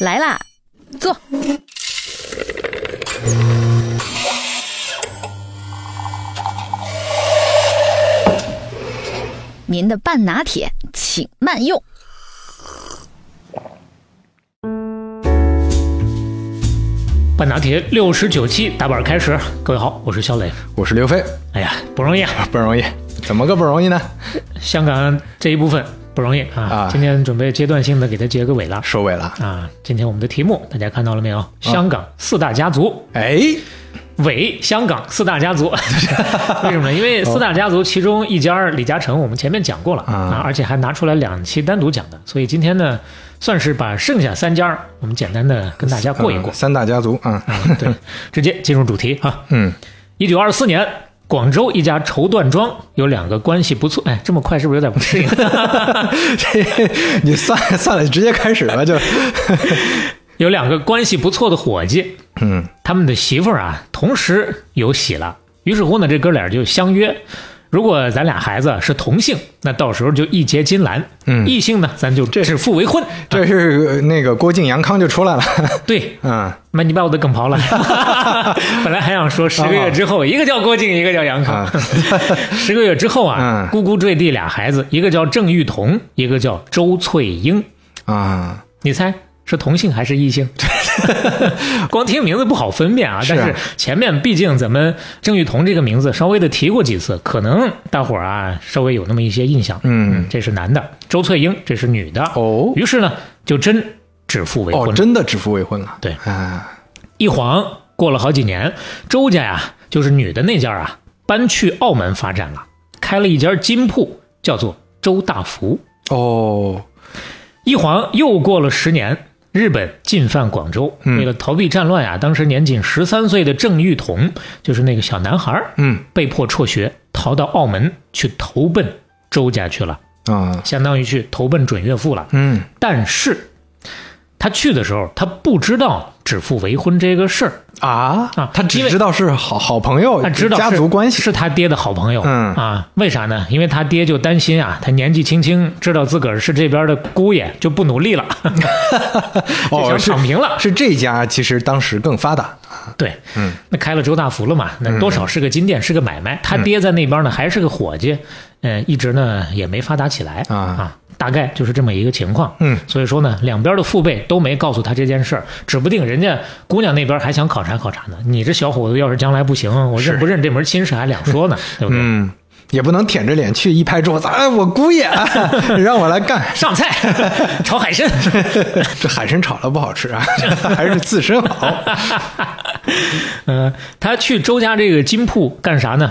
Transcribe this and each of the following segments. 来啦，坐。您的半拿铁，请慢用。半拿铁六十九期打板开始，各位好，我是肖磊。我是刘飞，哎呀，不容易啊，不容易，怎么个不容易呢？香港这一部分不容易啊。啊今天准备阶段性的给它结个尾了收尾了，啊。今天我们的题目大家看到了没啊有？香港四大家族，哎，伪香港四大家 族，为什么呢？因为四大家族其中一家李嘉诚，我们前面讲过了啊啊，而且还拿出来两期单独讲的，所以今天呢，算是把剩下三家我们简单的跟大家过一过嗯。三大家族啊，啊对，直接进入主题啊。嗯，一九二四年，广州一家绸缎庄有两个关系不错，哎，这么快是不是有点不适应？ 这你算了算了，直接开始吧，就， 有两个关系不错的伙计，嗯，他们的媳妇儿啊，同时有喜了。于是乎呢，这哥俩就相约，如果咱俩孩子是同姓，那到时候就一结金兰；嗯异姓呢，咱就指腹为婚。这是呃那个郭靖、杨康就出来了， 对，嗯，妈，你把我的梗刨了。 本来还想说十个月之后，一个叫郭靖，一个叫杨康啊。 十个月之后啊，嗯咕咕坠地俩孩子，一个叫郑裕彤，一个叫周翠英。啊，你猜是同性还是异性？ 光听名字不好分辨啊。是但啊是前面毕竟咱们郑裕彤这个名字稍微的提过几次，可能大伙儿啊稍微有那么一些印象。嗯这是男的，周翠英这是女的。哦于是呢，就真指腹为婚。哦，真的指腹为婚了，对啊，一晃过了好几年，周家呀，就是女的那家啊，搬去澳门发展了，开了一家金铺，叫做周大福。哦，一晃又过了十年，日本进犯广州，嗯为了逃避战乱呀，当时年仅十三岁的郑裕彤，就是那个小男孩儿，嗯被迫辍学，逃到澳门去投奔周家去了，啊，相当于去投奔准岳父了。嗯但是，他去的时候，他不知道指腹为婚这个事儿。啊啊他因只为知道是好好朋友他，知道家是族关系，是他爹的好朋友，嗯啊，为啥呢？因为他爹就担心啊，他年纪轻轻知道自个儿是这边的姑爷，就不努力 了，就哦，想是躺平了。是这家其实当时更发达，对，嗯，那开了周大福了嘛，那多少是个金店，是个买卖。嗯他爹在那边呢，还是个伙计，嗯，一直呢也没发达起来啊大概就是这么一个情况。嗯所以说呢，两边的父辈都没告诉他这件事儿，指不定人家姑娘那边还想考察考察呢。你这小伙子要是将来不行，我认不认这门亲事还两说呢，对不对？嗯。也不能舔着脸去一拍桌子，哎，我姑爷， 让我来干，上菜炒海参。 这海参炒了不好吃啊， 还是刺身好。嗯，他去周家这个金铺干啥呢？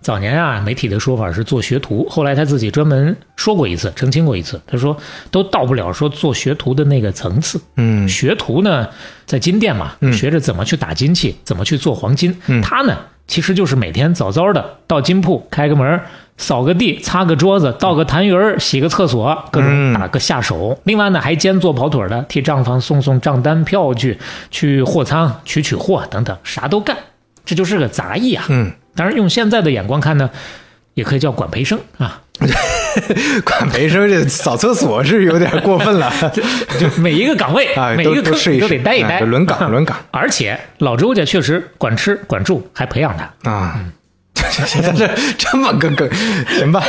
早年啊，媒体的说法是做学徒，后来他自己专门说过一次，澄清过一次，他说都到不了说做学徒的那个层次。嗯学徒呢，在金店嘛，学着怎么去打金器，怎么去做黄金。嗯他呢，其实就是每天早早的到金铺开个门儿，扫个地，擦个桌子，倒个痰盂儿，洗个厕所，各种嗯打个下手。另外呢，还兼做跑腿儿的，替账房送送账单、票据，去货仓取取货等等，啥都干。这就是个杂役啊。嗯，当然，用现在的眼光看呢，也可以叫管培生啊。管培生这扫厕所是有点过分了 就每一个岗位啊，每一个都坑都试你一都试，得待一啊待，就轮岗轮岗而且老周家确实管吃管住，还培养他。啊。 这这这么个梗，行吧？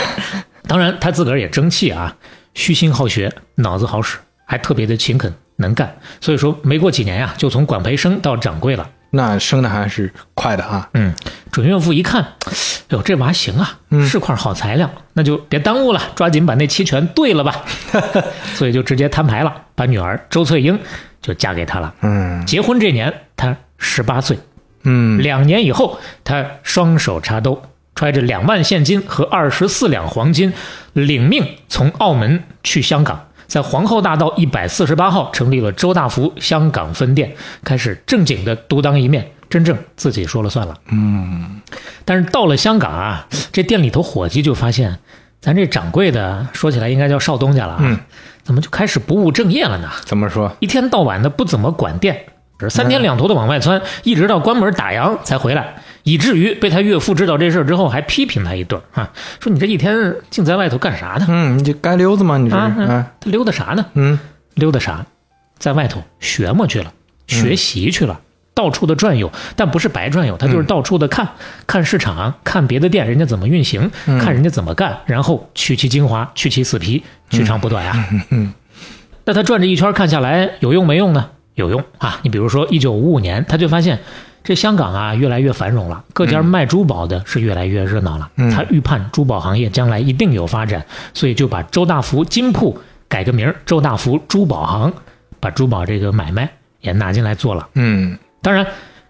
当然，他自个儿也争气啊，虚心好学，脑子好使，还特别的勤恳能干。所以说，没过几年呀、就从管培生到掌柜了。那升的还是快的啊。嗯，准岳父一看，哎呦，这娃行啊，嗯是块好材料，那就别耽误了，抓紧把那期权兑了 吧。所以就直接摊牌了，把女儿周翠英就嫁给他了。嗯结婚这年，他十八岁。嗯，两年以后，他双手插兜，揣着两万现金和二十四两黄金，领命从澳门去香港，在皇后大道一百四十八号成立了周大福香港分店，开始正经的独当一面，真正自己说了算了。嗯，但是到了香港啊，这店里头伙计就发现。咱这掌柜的说起来应该叫少东家了啊，嗯怎么就开始不务正业了呢？怎么说？一天到晚的不怎么管店，三天两头的往外窜，一直到关门打烊才回来，以至于被他岳父知道这事儿之后，还批评他一顿啊，说你这一天净在外头干啥呢？嗯，你这街溜子嘛，你这啊是啊？他溜达啥呢？嗯溜达啥？在外头学嘛去了，学习去嗯了。到处的转悠，但不是白转悠，他就是到处的看、看市场，看别的店人家怎么运行，嗯看人家怎么干，然后去其精华，去其死皮，嗯取长补短啊。那他转这一圈看下来有用没用呢？有用啊！你比如说，一九五五年，他就发现这香港啊越来越繁荣了，各家卖珠宝的是越来越热闹了。他预判珠宝行业将来一定有发展，所以就把周大福金铺改个名儿，周大福珠宝行，把珠宝这个买卖也拿进来做了。嗯当然，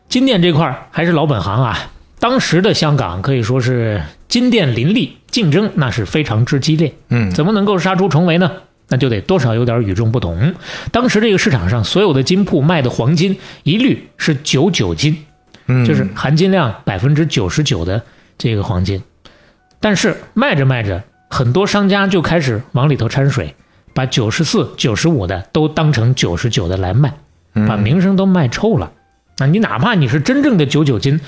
金店这块儿还是老本行啊。当时的香港可以说是金店林立，竞争那是非常之激烈。嗯怎么能够杀出重围呢？那就得多少有点与众不同。当时这个市场上所有的金铺卖的黄金，一律是九九金，嗯，就是含金量百分之九十九的这个黄金。但是卖着卖着，很多商家就开始往里头掺水，把九十四、九十五的都当成九十九的来卖，嗯把名声都卖臭了。啊，你哪怕你是真正的九九金，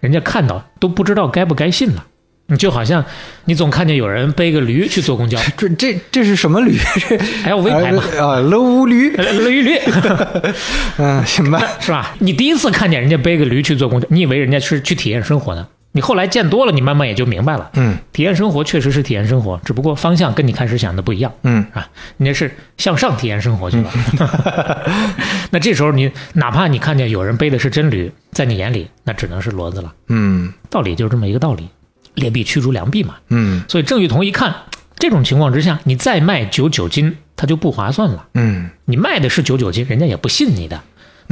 人家看到都不知道该不该信了。你就好像你总看见有人背个驴去坐公交，这这这是什么驴？ 这还有 V 牌哎嘛，啊，楼驴， 驴 驴嗯，行 吧，是吧？你第一次看见人家背个驴去坐公交，你以为人家是去体验生活呢？你后来见多了，你慢慢也就明白了。嗯体验生活确实是体验生活，只不过方向跟你开始想的不一样嗯啊！你这是向上体验生活去了。嗯 那这时候你哪怕你看见有人背的是真驴，在你眼里那只能是骡子了。嗯道理就是这么一个道理，劣币驱逐良币嘛。嗯所以郑裕彤一看这种情况之下，你再卖九九金，它就不划算了。嗯你卖的是九九金，人家也不信你的。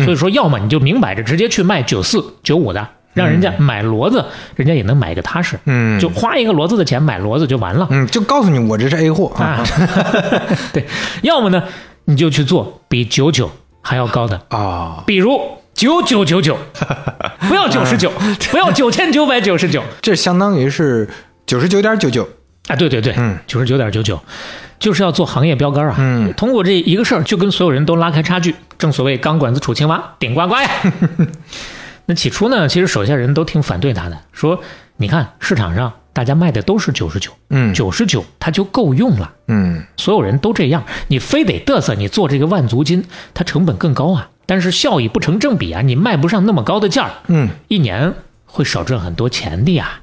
所以说，要么你就明摆着直接去卖九四、九五的，让人家买骡子，人家也能买个踏实。嗯就花一个骡子的钱买骡子就完了。嗯，就告诉你我这是 A 货啊， 对，要么呢，你就去做比九九还要高的，啊，比如九九九九，不要九十九，不要九千九百九十九这相当于是九十九点九九，啊！对对对嗯，九十九点九九，就是要做行业标杆啊！嗯通过这一个事儿，就跟所有人都拉开差距。正所谓钢管子杵青蛙，顶呱呱 呀！那起初呢，其实手下人都挺反对他的，说你看市场上大家卖的都是九十九，嗯九十九它就够用了。嗯所有人都这样，你非得嘚瑟，你做这个万足金，它成本更高啊，但是效益不成正比啊，你卖不上那么高的价儿，嗯一年会少赚很多钱的呀。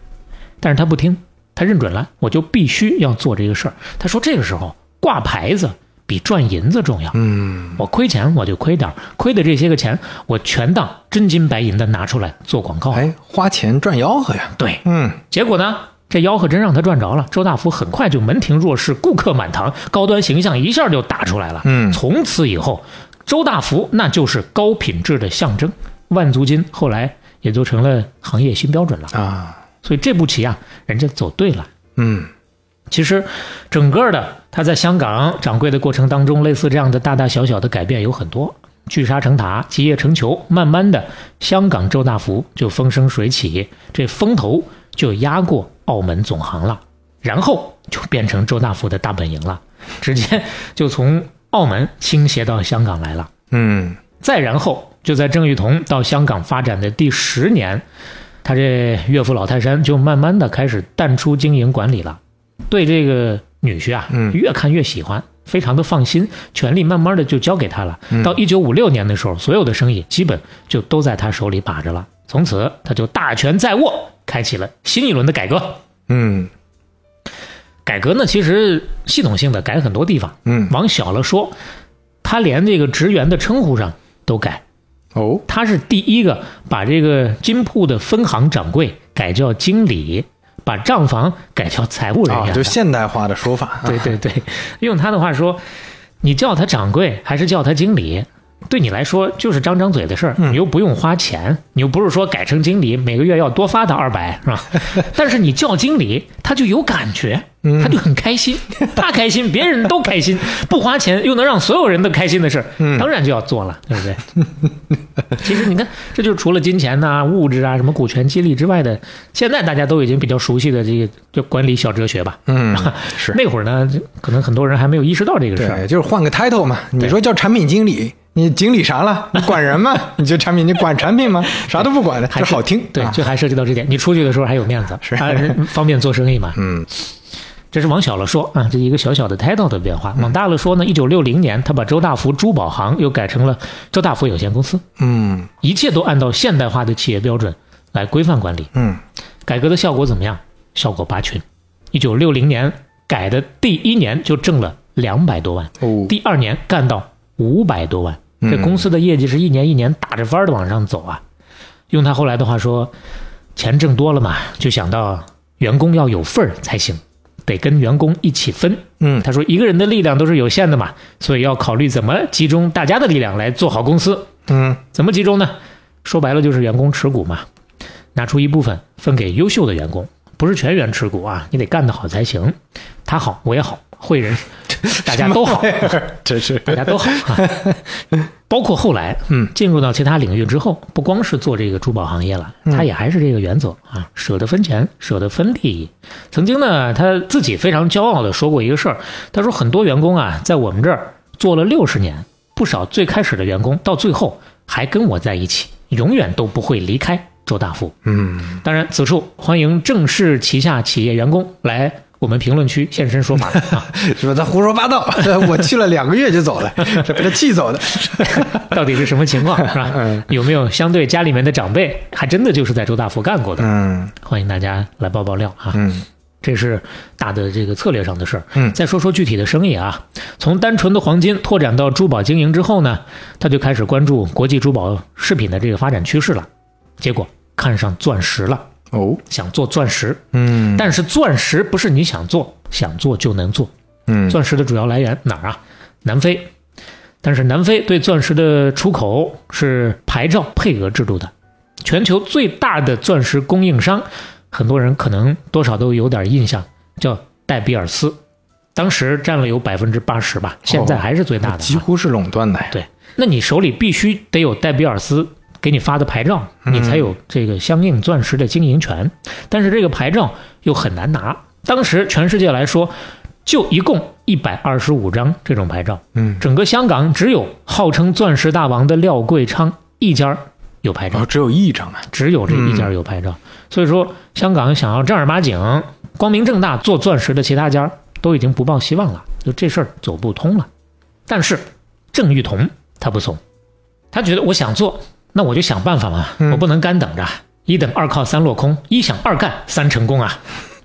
但是他不听，他认准了，我就必须要做这个事儿。他说这个时候挂牌子比赚银子重要，嗯我亏钱我就亏点儿，亏的这些个钱我全当真金白银的拿出来做广告。哎，花钱赚吆喝呀，对，嗯结果呢，这吆喝真让他赚着了。周大福很快就门庭若市，顾客满堂，高端形象一下就打出来了。嗯从此以后，周大福那就是高品质的象征，万足金后来也就成了行业新标准了。啊，所以这步棋啊，人家走对了。嗯其实，整个的他在香港掌柜的过程当中，类似这样的大大小小的改变有很多，聚沙成塔，集腋成裘，慢慢的，香港周大福就风生水起，这风头就压过澳门总行了，然后就变成周大福的大本营了，直接就从澳门倾斜到香港来了。嗯再然后，就在郑裕彤到香港发展的第十年，他这岳父老泰山就慢慢的开始淡出经营管理了，对这个女婿啊，嗯越看越喜欢，非常的放心，权力慢慢的就交给他了。到一九五六年的时候，所有的生意基本就都在他手里把着了，从此他就大权在握，开启了新一轮的改革。嗯改革呢，其实系统性的改很多地方，嗯，往小了说，他连这个职员的称呼上都改。哦，他是第一个把这个金铺的分行掌柜改叫经理，把账房改叫财务人员啊，的。就现代化的说法， 对对对，用他的话说，你叫他掌柜还是叫他经理，对你来说就是张张嘴的事儿，你又不用花钱，你又不是说改成经理每个月要多发他二百是吧？但是你叫经理，他就有感觉，他就很开心，他开心，别人都开心， 不花钱又能让所有人都开心的事儿，当然就要做了，对不对？其实你看，这就是除了金钱呐、物质啊、什么股权激励之外的，现在大家都已经比较熟悉的这个就管理小哲学吧。 嗯，是那会儿呢，就可能很多人还没有意识到这个事儿。对，就是啊换个 title 嘛。你说叫产品经理，你经理啥了？你管人 吗？你就产品，你管产品吗？啥都不管的，还这好听。对啊，这还涉及到这点，你出去的时候还有面子，是啊人方便做生意嘛。嗯这是往小了说啊，这一个小小的 title 的变化。往大了说呢，一九六零年，他把周大福珠宝行又改成了周大福有限公司，嗯一切都按照现代化的企业标准来规范管理。嗯改革的效果怎么样？效果拔群。一九六零年改的第一年就挣了两百多万，哦第二年干到五百多万，这公司的业绩是一年一年打着弯的往上走啊。用他后来的话说，钱挣多了嘛，就想到员工要有份儿才行，得跟员工一起分。嗯他说一个人的力量都是有限的嘛，所以要考虑怎么集中大家的力量来做好公司。嗯怎么集中呢？说白了就是员工持股嘛，拿出一部分分给优秀的员工，不是全员持股啊，你得干得好才行。他好，我也好，会人，大家都好。这是 大家都好、 啊，包括后来，嗯，进入到其他领域之后，不光是做这个珠宝行业了，嗯他也还是这个原则啊，舍得分钱，舍得分利益。曾经呢，他自己非常骄傲的说过一个事儿，他说很多员工啊，在我们这儿做了六十年，不少最开始的员工到最后还跟我在一起，永远都不会离开周大福。嗯当然，此处欢迎正式旗下企业员工来我们评论区现身说法 啊。是吧？他胡说八 道，我去了两个月就走了，这被他气走的。 到底是什么情况，是吧嗯？有没有相对家里面的长辈，还真的就是在周大福干过的？ 嗯欢迎大家来爆爆料啊！嗯这是大的这个策略上的事儿。嗯再说说具体的生意啊，从单纯的黄金拓展到珠宝经营之后呢，他就开始关注国际珠宝饰品的这个发展趋势了。结果看上钻石了，哦想做钻石，嗯但是钻石不是你想做想做就能做，嗯钻石的主要来源哪儿啊？南非。但是南非对钻石的出口是牌照配额制度的，全球最大的钻石供应商，很多人可能多少都有点印象，叫戴比尔斯，当时占了有百分之八十哦吧，现在还是最大的、几啊。乎是垄断的。对，那你手里必须得有戴比尔斯给你发的牌照，你才有这个相应钻石的经营权。但是这个牌照又很难拿，当时全世界来说，就一共一百二十五张这种牌照，嗯，整个香港只有号称钻石大王的廖桂昌一家儿有牌照哦，，只有一张啊。只有这一家儿有牌照。所以说，香港想要正儿八经、光明正大做钻石的其他家儿都已经不抱希望了，就这事儿走不通了。但是郑裕彤他不怂，他觉得我想做，那我就想办法嘛，我不能干等着，一等二靠三落空，一想二干三成功啊。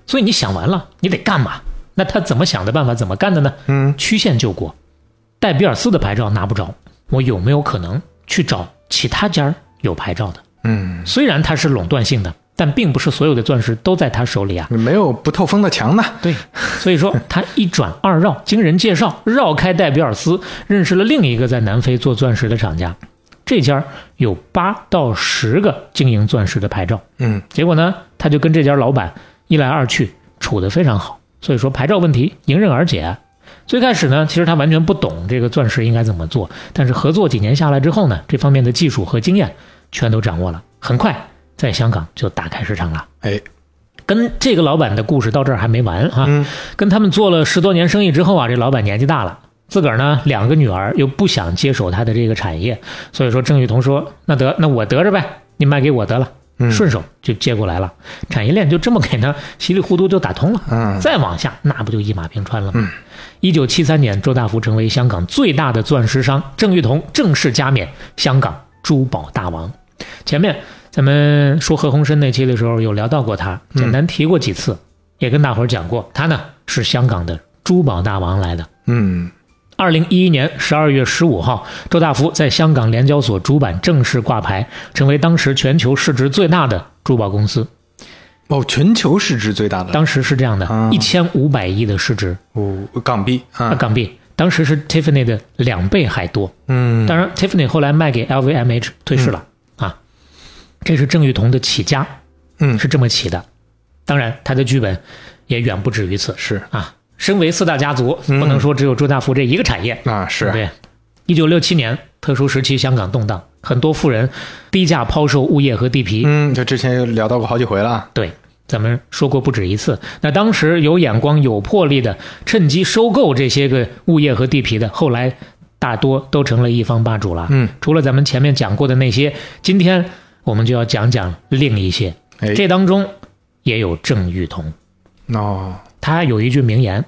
所以你想完了，你得干嘛？那他怎么想的办法，怎么干的呢？嗯曲线救国，戴比尔斯的牌照拿不着，我有没有可能去找其他家儿有牌照的？嗯，虽然它是垄断性的，但并不是所有的钻石都在他手里啊。没有不透风的墙呢。对，所以说他一转二绕，经人介绍绕开戴比尔斯，认识了另一个在南非做钻石的厂家，这家有八到十个经营钻石的牌照。嗯结果呢，他就跟这家老板一来二去处得非常好，所以说牌照问题迎刃而解。啊最开始呢，其实他完全不懂这个钻石应该怎么做，但是合作几年下来之后呢，这方面的技术和经验全都掌握了，很快在香港就打开市场了。哎跟这个老板的故事到这儿还没完啊，嗯跟他们做了十多年生意之后啊，这老板年纪大了，自个儿呢两个女儿又不想接手他的这个产业，所以说郑裕彤说：“那得那我得着呗，你卖给我得了。”嗯顺手就接过来了，产业链就这么给他稀里糊涂就打通了。嗯再往下，那不就一马平川了吗？一九七三年，周大福成为香港最大的钻石商，郑裕彤正式加冕香港珠宝大王。前面咱们说何鸿燊那期的时候有聊到过他，简单提过几次，也跟大伙儿讲过，他呢是香港的珠宝大王来的。嗯二零一一年十二月十五号，周大福在香港联交所主板正式挂牌，成为当时全球市值最大的珠宝公司。哦，全球市值最大的当时是这样的，一千五百亿的市值，哦港币啊啊，港币，当时是 Tiffany 的两倍还多。嗯当然，Tiffany 后来卖给 LVMH 退市了、啊。这是郑裕彤的起家，嗯是这么起的。当然，他的剧本也远不止于此是啊。身为四大家族，不能说只有周大福这一个产业，啊嗯是对，一九六七年特殊时期，香港动荡，很多富人低价抛售物业和地皮。嗯，就之前有聊到过好几回了啊，对，咱们说过不止一次。那当时有眼光、有魄力的，趁机收购这些个物业和地皮的，后来大多都成了一方霸主了。嗯，除了咱们前面讲过的那些，今天我们就要讲讲另一些。哎这当中也有郑裕彤。哦他有一句名言，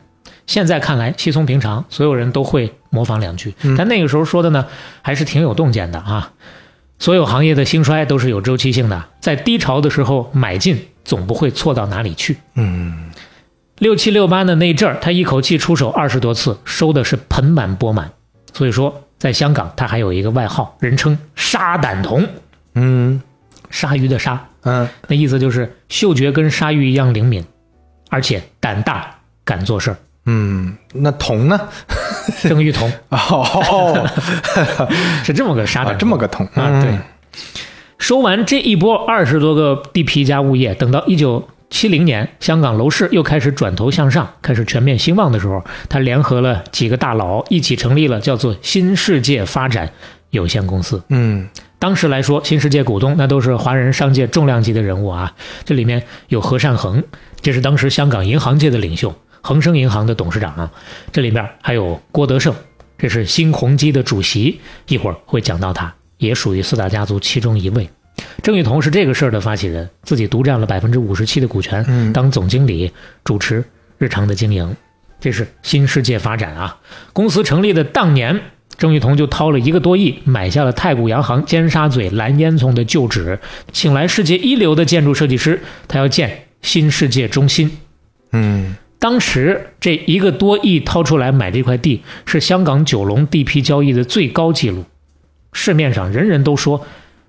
现在看来稀松平常，所有人都会模仿两句，但那个时候说的呢，还是挺有洞见的啊。所有行业的兴衰都是有周期性的，在低潮的时候买进，总不会错到哪里去。嗯，六七六八的那一阵儿，他一口气出手二十多次，收的是盆满钵满。所以说，在香港他还有一个外号，人称“沙胆童嗯”，鲨鱼的鲨，嗯，那意思就是嗅觉跟鲨鱼一样灵敏，而且胆大，敢做事儿。嗯，那铜呢？郑裕彤哦哦， 是这么个沙啊，胆童、这么个铜啊，对。收完这一波二十多个地皮加物业，等到一九七零年香港楼市又开始转头向上，开始全面兴旺的时候，他联合了几个大佬一起成立了叫做新世界发展有限公司。嗯当时来说，新世界股东那都是华人商界重量级的人物啊，这里面有何善恒，这是当时香港银行界的领袖，恒生银行的董事长啊，这里面还有郭德胜，这是新鸿基的主席，一会儿会讲到他，也属于四大家族其中一位。郑裕彤是这个事儿的发起人，自己独占了百分之五十七的股权，嗯当总经理主持日常的经营，这是新世界发展啊。公司成立的当年，郑裕彤就掏了一个多亿买下了太古洋行尖沙咀蓝烟囱的旧址，请来世界一流的建筑设计师，他要建新世界中心。嗯当时这一个多亿掏出来买这块地，是香港九龙地皮交易的最高纪录。市面上人人都说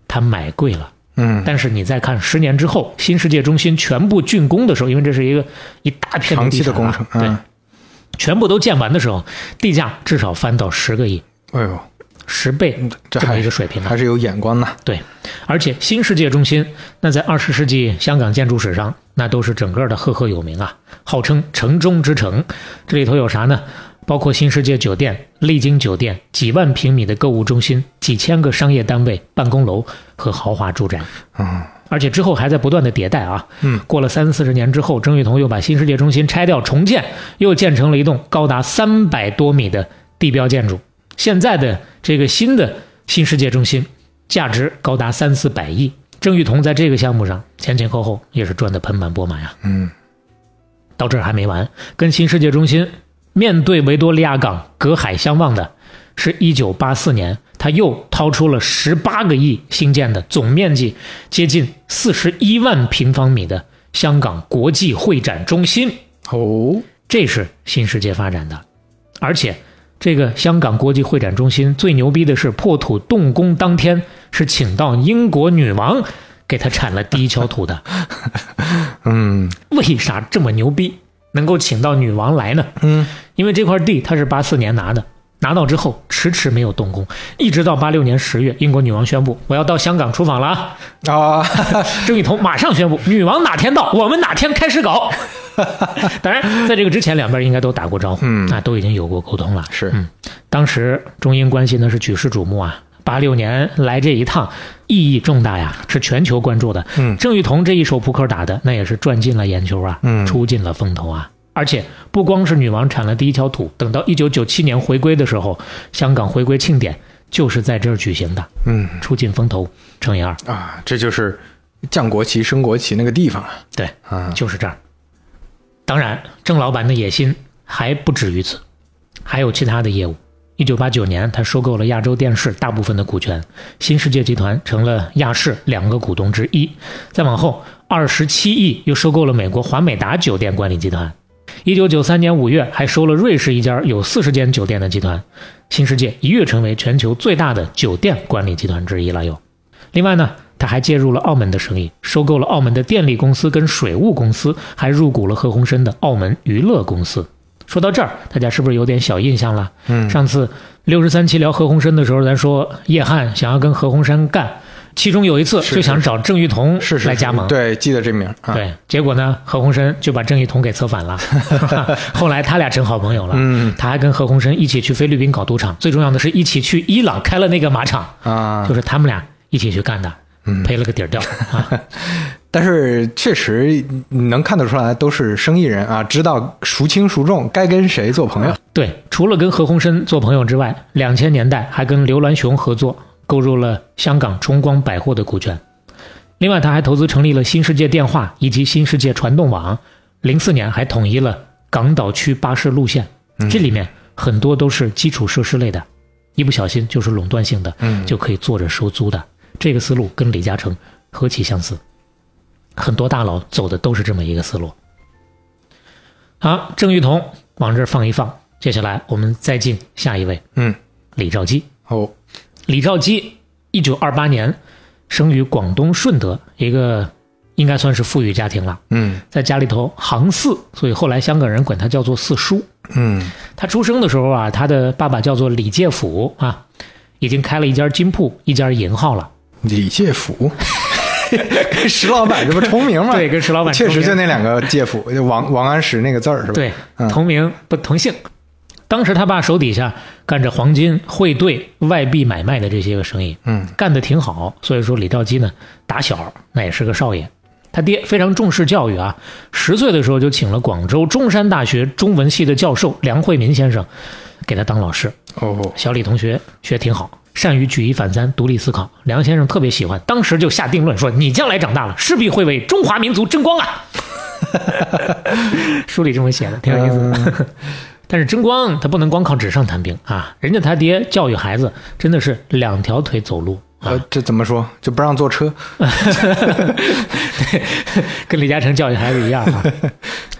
他买贵了，嗯，但是你再看十年之后，新世界中心全部竣工的时候，因为这是一个一大片长地期的产工啊程，对嗯，，全部都建完的时候，地价至少翻到十个亿，哎呦，十倍嗯这么还一个水平啊还！是有眼光呐，对，而且新世界中心，那在二十世纪香港建筑史上，那都是整个的赫赫有名啊，号称城中之城。这里头有啥呢？包括新世界酒店、丽晶酒店，几万平米的购物中心，几千个商业单位、办公楼和豪华住宅。嗯而且之后还在不断的迭代啊。嗯，过了三四十年之后，郑裕彤又把新世界中心拆掉重建，又建成了一栋高达三百多米的地标建筑。现在的这个新的新世界中心，价值高达三四百亿。郑裕彤在这个项目上前前后后也是赚得盆满钵满啊呀、嗯到这儿还没完，跟新世界中心面对维多利亚港隔海相望的，是一九八四年，他又掏出了十八个亿新建的，总面积接近四十一万平方米的香港国际会展中心，哦，这是新世界发展的。而且，这个香港国际会展中心最牛逼的是，破土动工当天是请到英国女王给他铲了第一锹土的。嗯为啥这么牛逼，能够请到女王来呢？嗯因为这块地它是八四年拿的，拿到之后迟迟没有动工，一直到八六年十月，英国女王宣布我要到香港出访了啊！啊， 郑裕彤马上宣布，女王哪天到，我们哪天开始 搞。当然，在这个之前，两边应该都打过招呼，嗯那都已经有过沟通了。是嗯当时中英关系那是举世瞩目啊。八六年来这一趟意义重大呀，是全球关注的。嗯郑裕彤这一手扑克打的那也是赚尽了眼球啊，嗯出尽了风头啊。而且不光是女王铲了第一锹土，等到一九九七年回归的时候，香港回归庆典就是在这儿举行的，嗯出尽风头乘以二，啊，这就是降国旗升国旗那个地方啊，对，啊，就是这儿。当然，郑老板的野心还不止于此，还有其他的业务。一九八九年，他收购了亚洲电视大部分的股权，新世界集团成了亚视两个股东之一。再往后，二十七亿又收购了美国华美达酒店管理集团。一九九三年五月，还收了瑞士一家有四十间酒店的集团。新世界一跃成为全球最大的酒店管理集团之一了。又，另外呢，他还介入了澳门的生意，收购了澳门的电力公司跟水务公司，还入股了何鸿燊的澳门娱乐公司。说到这儿，大家是不是有点小印象了？嗯上次六十三期聊何鸿燊的时候，咱说叶汉想要跟何鸿燊干，其中有一次是就想找郑裕彤是是来加盟。对，记得这名儿啊，对，结果呢，何鸿燊就把郑裕彤给策反 了。后来他俩成好朋友了，嗯他还跟何鸿燊一起去菲律宾搞赌场，最重要的是一起去伊朗开了那个马场，啊嗯就，是他们俩一起去干的，赔了个底 儿掉啊。但是确实能看得出来，都是生意人啊，知道孰轻孰重，该跟谁做朋友。对，除了跟何鸿燊做朋友之外，两千年代还跟刘銮雄合作，购入了香港崇光百货的股权。另外，他还投资成立了新世界电话以及新世界传动网。零四年还统一了港岛区巴士路线，这里面很多都是基础设施类的，一不小心就是垄断性的，嗯就可以坐着收租的。这个思路跟李嘉诚何其相似，很多大佬走的都是这么一个思路。好，郑裕彤往这儿放一放，接下来我们再进下一位嗯，李兆基。哦，李兆基，一九二八年生于广东顺德一个应该算是富裕家庭了，嗯在家里头行四，所以后来香港人管他叫做四叔。嗯他出生的时候啊，他的爸爸叫做李介甫啊，已经开了一家金铺，一家银号了。李介甫， 跟石老板这不重名吗？对，，跟石老板确实同就名那两个介甫，就王王安石那个字儿是吧？，对嗯同名不同姓。当时他爸手底下干着黄金汇兑、外币买卖的这些个生意，嗯干得挺好，所以说李兆基呢，打小那也是个少爷。他爹非常重视教育啊，十岁的时候就请了广州中山大学中文系的教授梁惠民先生给他当老师。哦，小李同学学挺好，善于举一反三、独立思考，梁先生特别喜欢，当时就下定论说：“你将来长大了，势必会为中华民族争光啊！”书里这么写的，挺有意思的。但是争光他不能光靠纸上谈兵啊，人家他爹教育孩子真的是两条腿走路 啊，呃，这怎么说？就不让坐车？跟李嘉诚教育孩子一样啊。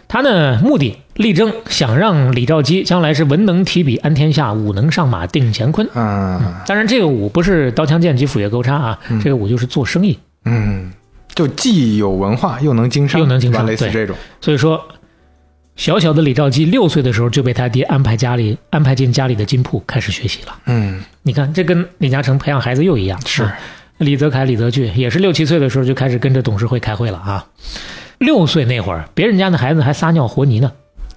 他呢，目的力争想让李兆基将来是文能提笔安天下，武能上马定乾坤。嗯当然，这个武不是刀枪剑戟斧钺钩叉啊，这个武就是做生意。嗯，就既有文化又能经商，又能经商是吧类似对这种。所以说，小小的李兆基六岁的时候就被他爹安排家里安排进家里的金铺开始学习了。嗯，你看，这跟李嘉诚培养孩子又一样。是啊李泽楷、李泽钜也是六七岁的时候就开始跟着董事会开会了啊。六岁那会儿，别人家的孩子还撒尿和泥呢，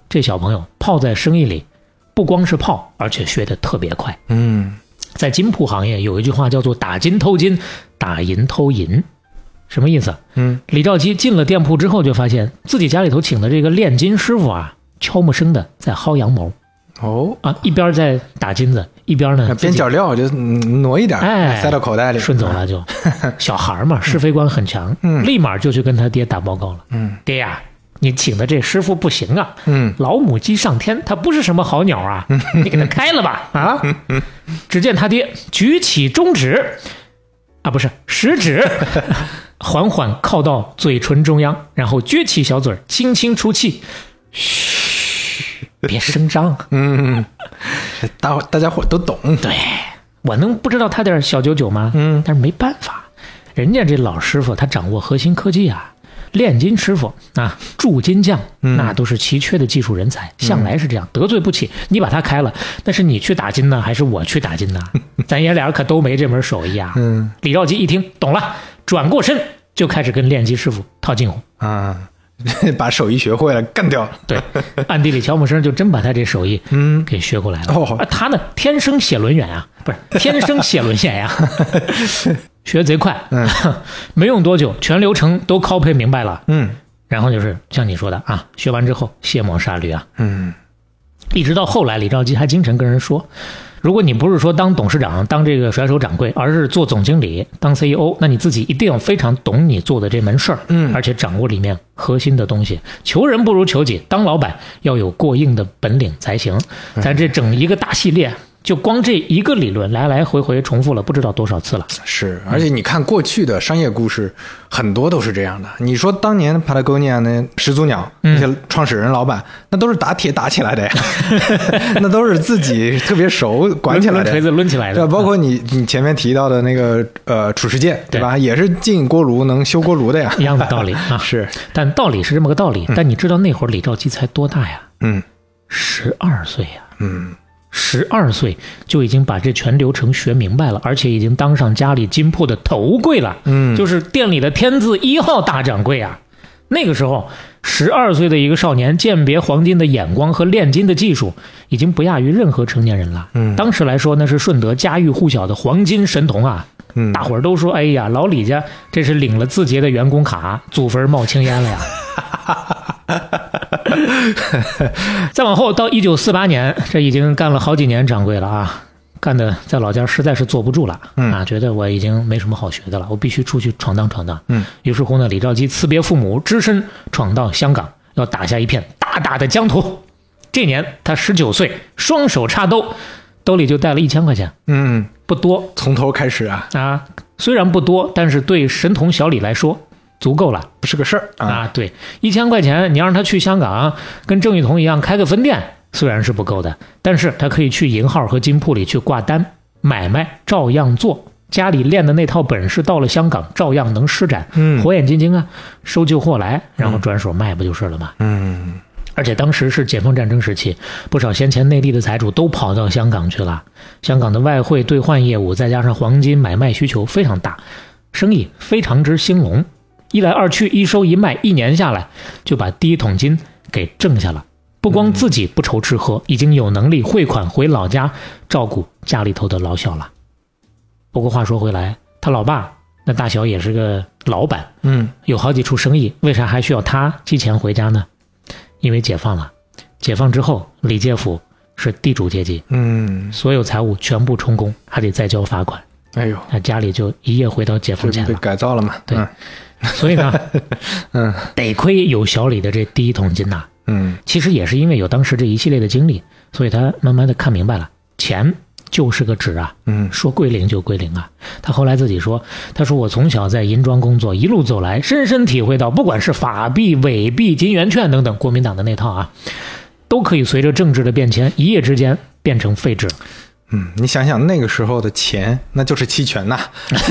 这小朋友泡在生意里，不光是泡，而且学得特别快。嗯在金铺行业有一句话叫做“打金偷金，打银偷银”，什么意思？嗯，李兆基进了店铺之后，就发现自己家里头请的这个炼金师傅啊，悄没声的在薅羊毛哦，啊，一边在打金子，一边呢边角料就嗯挪一点，哎塞到口袋自里，己顺走。了 就。小孩儿嘛，是非观很强，嗯立马就去跟他爹打报告了。嗯爹呀、你请的这师傅不行啊，嗯老母鸡上天，它不是什么好鸟啊！你给它开了吧！ 啊！只见他爹举起中指，啊，不是食 指，缓缓靠到嘴唇中央，然后撅起小嘴儿，轻轻出气，嘘，别声张。嗯，大伙大家伙都懂。对，我能不知道他点儿小九九吗？嗯但是没办法，人家这老师傅他掌握核心科技啊，炼金师傅啊，铸金匠，嗯那都是奇缺的技术人才，向来是这样，得罪不起。你把他开了，那是你去打金呢，还是我去打金 呢？咱爷俩可都没这门手艺啊。嗯李兆基一听懂了，转过身就开始跟炼金师傅套近乎。啊， 把手艺学会了，干掉。 对，暗地里乔姆生就真把他这手艺嗯给学过来了。哦啊他呢，天生写轮眼呀、不是天生写轮眼 呀、学贼快，嗯 没用多久，全流程都 copy 明白了。嗯然后就是像你说的啊，学完之后卸磨杀驴啊，嗯一直到后来，李兆基还经常跟人说，如果你不是说当董事长、当这个甩手掌柜，而是做总经理、当 CEO，那你自己一定要非常懂你做的这门事儿，嗯而且掌握里面核心的东西。求人不如求己，当老板要有过硬的本领才行。嗯咱这整一个大系列，就光这一个理论来来回回重复了不知道多少次了。是，而且你看过去的商业故事，很多都是这样的。你说当年 Patagonia 那始祖鸟那嗯些创始人、老板，那都是打铁打起来的呀， 那都是自己特别熟管起来抡的锤呀。子抡起来对，的，包括你你前面提到的那个呃褚时健，对对吧？也是进锅炉能修锅炉的呀一。样的道理啊。 是，但道理是这么个道理。但你知道那会儿李兆基才多大呀？嗯十二岁呀、嗯十二岁就已经把这全流程学明白了，而且已经当上家里金铺的头柜了，嗯，就是店里的天字一号大掌柜啊。那个时候，十二岁的一个少年鉴别黄金的眼光和炼金的技术，已经不亚于任何成年人了。嗯当时来说，那是顺德家喻户晓的黄金神童啊。嗯大伙儿都说：“哎呀，老李家这是领了字节的员工卡，祖坟冒青烟了呀！”再往后到一九四八年，这已经干了好几年掌柜了啊，干的在老家实在是坐不住了、嗯啊，觉得我已经没什么好学的了，我必须出去闯荡闯荡。嗯，于是乎呢，李兆基辞别父母，只身闯到香港，要打下一片大大的疆土。这年他十九岁，双手插兜，兜里就带了一千块钱，嗯，不多从头开始啊，啊。虽然不多，但是对神童小李来说足够了不是个事儿啊。啊。对，一千块钱，你让他去香港跟郑裕彤一样开个分店，虽然是不够的，但是他可以去银号和金铺里去挂单，买卖照样做。家里练的那套本事到了香港照样能施展，嗯火眼金睛啊，收旧货来，然后转手卖不就是了吗？嗯，而且当时是解放战争时期，不少先前内地的财主都跑到香港去了。香港的外汇兑换业务，再加上黄金买卖需求非常大，生意非常之兴隆。一来二去，一收一卖，一年下来就把第一桶金给挣下了。不光自己不愁吃喝，已经有能力汇款回老家照顾家里头的老小了。不过话说回来，他老爸那大小也是个老板，嗯，有好几处生意，为啥还需要他寄钱回家呢？因为解放了，解放之后，李介甫是地主阶级，嗯，所有财物全部充公，还得再交罚款，哎呦，那家里就一夜回到解放这前被了。改造了嘛？对嗯所以 呢，嗯，得亏有小李的这第一桶金呐、嗯其实也是因为有当时这一系列的经历，所以他慢慢的看明白了，钱就是个纸啊，嗯说归零就归零啊。他后来自己说，他说我从小在银庄工作，一路走来，深深体会到，不管是法币、伪币、金圆券等等国民党的那套啊，都可以随着政治的变迁，一夜之间变成废纸。嗯，你想想那个时候的钱，那就是期权呐，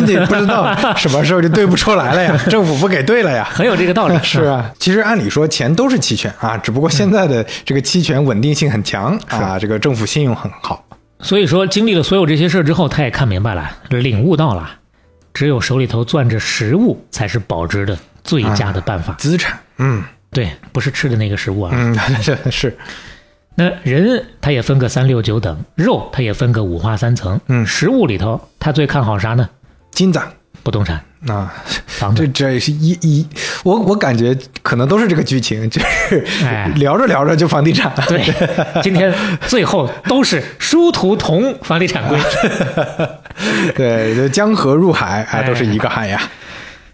你不知道什么时候就兑不出来了呀，政府不给兑了呀。很有这个道理，是啊，其实按理说钱都是期权啊，只不过现在的这个期权稳定性很强啊，这个政府信用很好。 所以说，经历了所有这些事儿之后，他也看明白了，领悟到了，只有手里头攥着食物才是保值的最佳的办法。资产，嗯对，不是吃的那个食物啊。嗯，是，那人他也分个三六九等，肉他也分个五花三层。嗯食物里头他最看好啥呢？金子不动产、啊，房这子。这是一一，我我感觉可能都是这个剧情，就是哎 聊着聊着就房地产了。对，今天最后都是殊途同房地产规。 对，就江河入海，哎，都是一个海呀。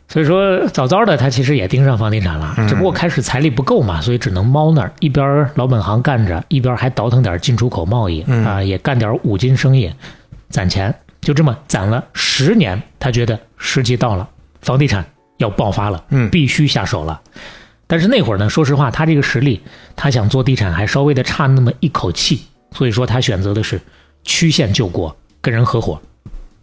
所以说，早早的他其实也盯上房地产了，只不过开始财力不够嘛，所以只能猫那儿，一边老本行干着，一边还倒腾点进出口贸易啊，也干点五金生意，攒钱，就这么攒了十年，他觉得时机到了，房地产要爆发了，嗯必须下手了。但是那会儿呢，说实话，他这个实力，他想做地产还稍微的差那么一口气，所以说他选择的是曲线救国，跟人合伙，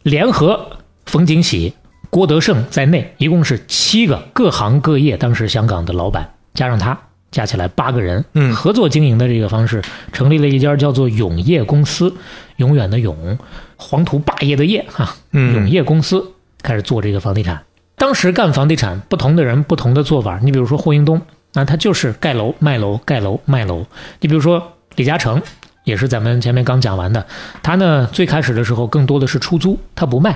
联合冯景喜、郭德胜在内，一共是七个各行各业当时香港的老板，加上他，加起来八个人，嗯合作经营的这个方式，成立了一家叫做永业公司，永远的永，黄土霸业的业哈，嗯永业公司开始做这个房地产。当时干房地产，不同的人不同的做法。你比如说霍英东，那他就是盖楼卖楼，盖楼卖楼。你比如说李嘉诚，也是咱们前面刚讲完的，他呢最开始的时候更多的是出租，他不卖。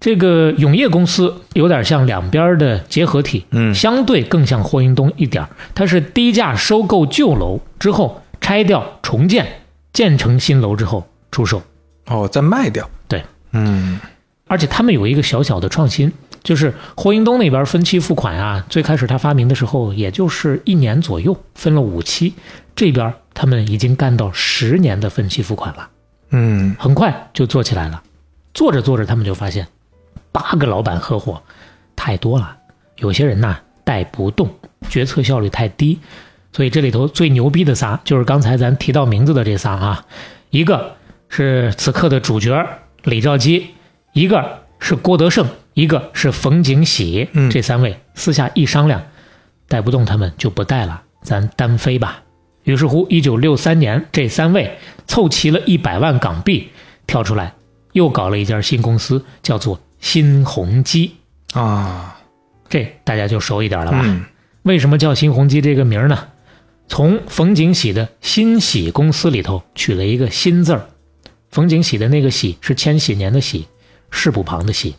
这个永业公司有点像两边的结合体，嗯相对更像霍英东一点儿，它是低价收购旧楼之后拆掉重建，建成新楼之后出售。哦，再卖掉。对，嗯而且他们有一个小小的创新，就是霍英东那边分期付款啊，最开始他发明的时候，也就是一年左右，分了五期，这边他们已经干到十年的分期付款了，嗯很快就做起来了。做着做着，他们就发现，八个老板合伙太多了，有些人呐带不动，决策效率太低，所以这里头最牛逼的仨，就是刚才咱提到名字的这仨啊，一个是此刻的主角李兆基，一个是郭德胜，一个是冯景喜，嗯这三位私下一商量，带不动他们就不带了，咱单飞吧。于是乎，一九六三年，这三位凑齐了一百万港币，跳出来又搞了一家新公司，叫做新鸿基。啊，这大家就熟一点了吧？嗯为什么叫新鸿基这个名儿呢？从冯景喜的新喜公司里头取了一个“新”字儿，冯景喜的那个“喜”是千禧年的“喜”，士部旁的“喜”。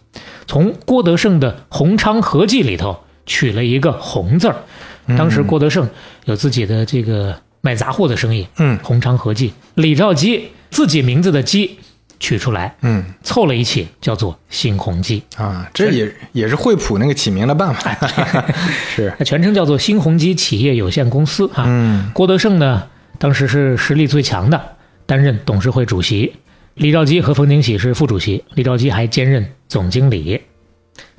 从郭德胜的鸿昌合记里头取了一个“鸿”字儿，嗯当时郭德胜有自己的这个卖杂货的生意，嗯鸿昌合记。李兆基自己名字的“基”取出来，嗯凑了一起，叫做新鸿基。啊，这也也是惠普那个起名的办法，哎 是它全称叫做新鸿基企业有限公司啊。嗯郭德胜呢，当时是实力最强的，担任董事会主席，李兆基和冯景喜是副主席，李兆基还兼任总经理。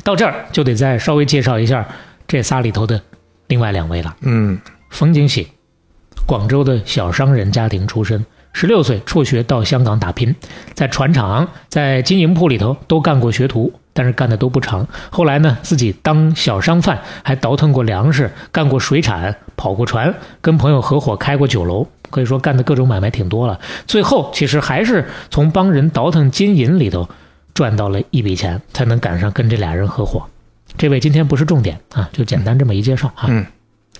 到这儿就得再稍微介绍一下这仨里头的另外两位了。嗯冯景喜，广州的小商人家庭出身，十六岁辍学到香港打拼，在船厂、在金银铺里头都干过学徒，但是干的都不长。后来呢，自己当小商贩，还倒腾过粮食，干过水产，跑过船，跟朋友合伙开过酒楼。可以说干的各种买卖挺多了，最后其实还是从帮人倒腾金银里头赚到了一笔钱，才能赶上跟这俩人合伙。这位今天不是重点啊，就简单这么一介绍啊。嗯，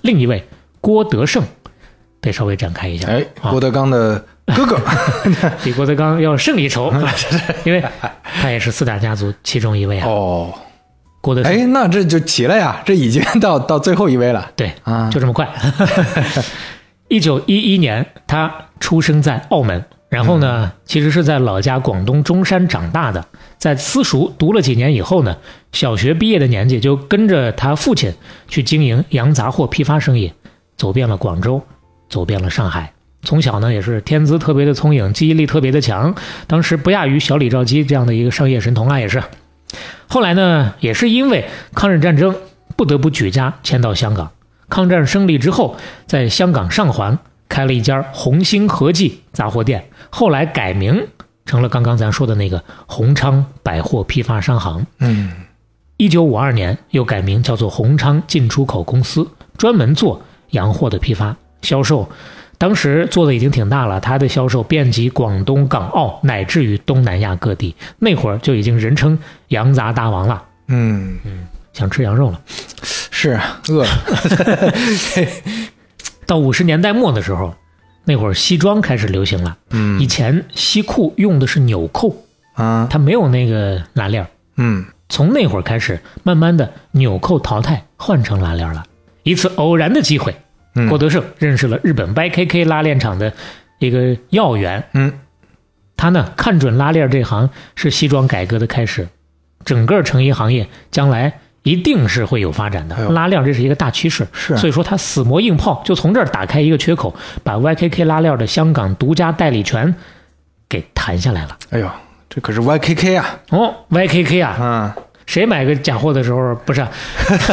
另一位郭德胜，得稍微展开一下，哎，啊郭德纲的哥哥，比郭德纲要胜一 筹，因为他也是四大家族其中一位啊。哦，郭德胜，哎，那这就齐了呀，这已经到到最后一位了对，啊，就这么快。 一九一一年，他出生在澳门，然后呢，其实是在老家广东中山长大的，在私塾读了几年以后呢，小学毕业的年纪就跟着他父亲去经营洋杂货批发生意，走遍了广州，走遍了上海。从小呢，也是天资特别的聪颖，记忆力特别的强，当时不亚于小李兆基这样的一个商业神童啊，也是。后来呢，也是因为抗日战争，不得不举家迁到香港。抗战胜利之后，在香港上环开了一家红星和记杂货店，后来改名成了刚刚咱说的那个红昌百货批发商行。嗯一九五二年又改名叫做红昌进出口公司，专门做洋货的批发销售。当时做的已经挺大了，它的销售遍及广东、港澳，乃至于东南亚各地。那会儿就已经人称“羊杂大王”了，嗯，想吃羊肉了。是啊饿了，到五十年代末的时候，那会儿西装开始流行了。以嗯前西裤用的是纽扣，啊，它没有那个拉链儿。嗯从那会儿开始，慢慢的纽扣淘汰，换成拉链儿了。一次偶然的机会，嗯郭德胜认识了日本 YKK 拉链厂的一个要员，嗯，他呢看准拉链这行是西装改革的开始，整个成衣行业将来一定是会有发展的哎。呦拉链这是一个大趋势，是啊所以说他死磨硬泡，就从这儿打开一个缺口，把 YKK 拉链的香港独家代理权给谈下来了。哎呦，这可是 YKK 啊，哦，YKK 啊，啊，谁买个假货的时候不是，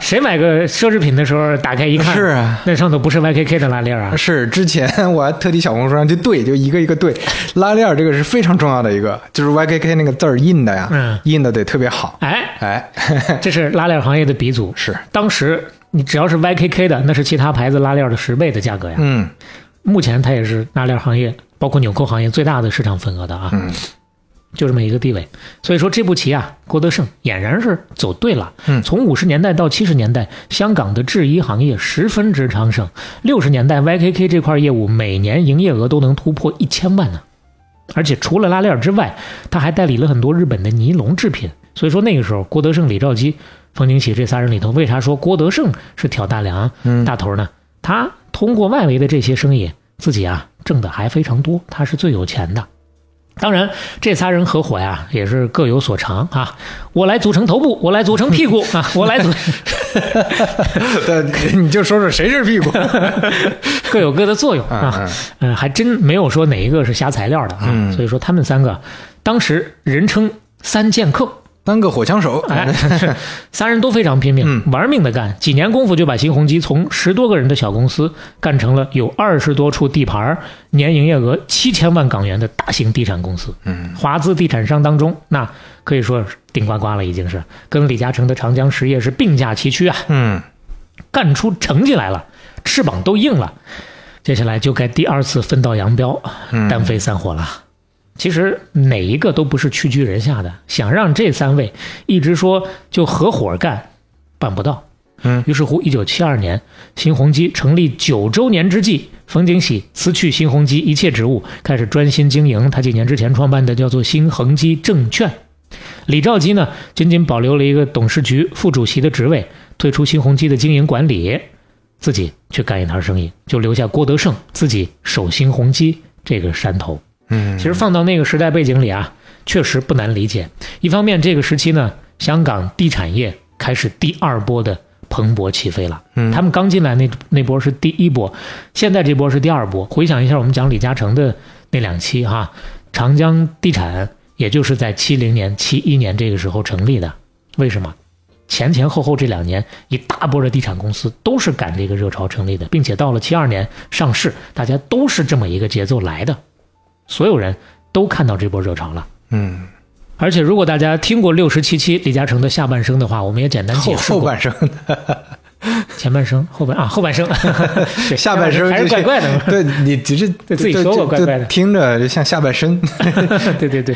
谁买个奢侈品的时候打开一看，是啊。那上头不是 YKK 的拉链啊，是之前 我还特地小红书上去对，就一个一个对，拉链儿这个是非常重要的一个，就是 YKK 那个字儿印的呀，嗯印的得特别好。哎，哎，这是拉链行业的鼻祖。是，当时你只要是 YKK 的，那是其他牌子拉链的十倍的价格呀。嗯目前它也是拉链行业，包括纽扣行业最大的市场份额的啊，嗯就这么一个地位。所以说这步棋啊，郭德胜俨然是走对了。嗯从五十年代到七十年代，香港的制衣行业十分之昌盛。六十年代 YKK 这块业务每年营业额都能突破一千万呢、而且除了拉链之外，他还代理了很多日本的尼龙制品。所以说那个时候，郭德胜、李兆基、冯景喜这仨人里头，为啥说郭德胜是挑大梁、嗯大头呢？他通过外围的这些生意，自己啊挣的还非常多，他是最有钱的。当然，这仨人合伙呀，也是各有所长啊。我来组成头部，我来组成屁 股啊，我来组， 对，你就说说谁是屁股 各有各的作用啊？啊。嗯嗯，还真没有说哪一个是瞎材料的啊。嗯所以说他们三个当时人称“三剑客”，当个火枪手，哎， 是三人都非常拼命，嗯玩命的干，几年功夫就把新鸿基从十多个人的小公司干成了有二十多处地盘儿、年营业额七千万港元的大型地产公司。嗯，华资地产商当中，那可以说是顶呱呱了，已经是跟李嘉诚的长江实业是并驾齐驱啊，嗯干出成绩来了，翅膀都硬了。接下来就该第二次分道扬镳，嗯单飞散伙了。其实哪一个都不是屈居人下的，想让这三位一直说就合伙干，办不到。嗯，于是乎，一九七二年，新鸿基成立九周年之际，冯景喜辞去新鸿基一切职务，开始专心经营他几年之前创办的叫做新恒基证券。李兆基呢，仅仅保留了一个董事局副主席的职位，退出新鸿基的经营管理，自己去干一摊生意，就留下郭德胜自己守新鸿基这个山头。嗯，其实放到那个时代背景里啊，确实不难理解。一方面，这个时期呢，香港地产业开始第二波的蓬勃起飞了。嗯他们刚进来那那波是第一波，现在这波是第二波。回想一下我们讲李嘉诚的那两期哈、长江地产也就是在七零年、七一年这个时候成立的。为什么？前前后后这两年，一大波的地产公司都是赶这个热潮成立的，并且到了七二年上市，大家都是这么一个节奏来的，所有人都看到这波热潮了。嗯，而且，如果大家听过六十七期李嘉诚的下半生的话，我们也简单后解释后过半生， 前半生、后半啊后半生，下半生还是怪怪的。对你只是对自己就说过就怪怪的就听着就像下半身，对对对，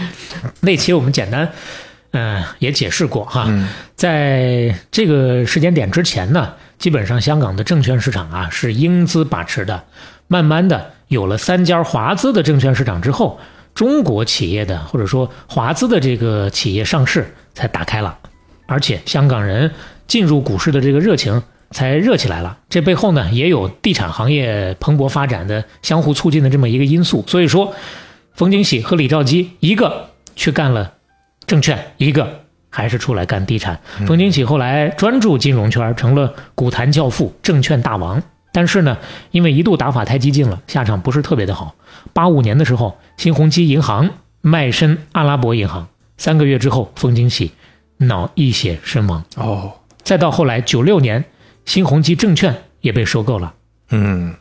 那期我们简单嗯、呃也解释过哈，嗯在这个时间点之前呢，基本上香港的证券市场啊是英资把持的，慢慢的有了三家华资的证券市场之后，中国企业的或者说华资的这个企业上市才打开了，而且香港人进入股市的这个热情。才热起来了，这背后呢也有地产行业蓬勃发展的相互促进的这么一个因素。所以说，冯景喜和李兆基一个去干了证券，一个还是出来干地产。冯景喜后来专注金融圈，成了股坛教父、证券大王。但是呢，因为一度打法太激进了，下场不是特别的好。八五年的时候，新鸿基银行卖身阿拉伯银行，三个月之后，冯景喜脑溢血身亡。哦，再到后来，九六年，新鸿基证券也被收购了。嗯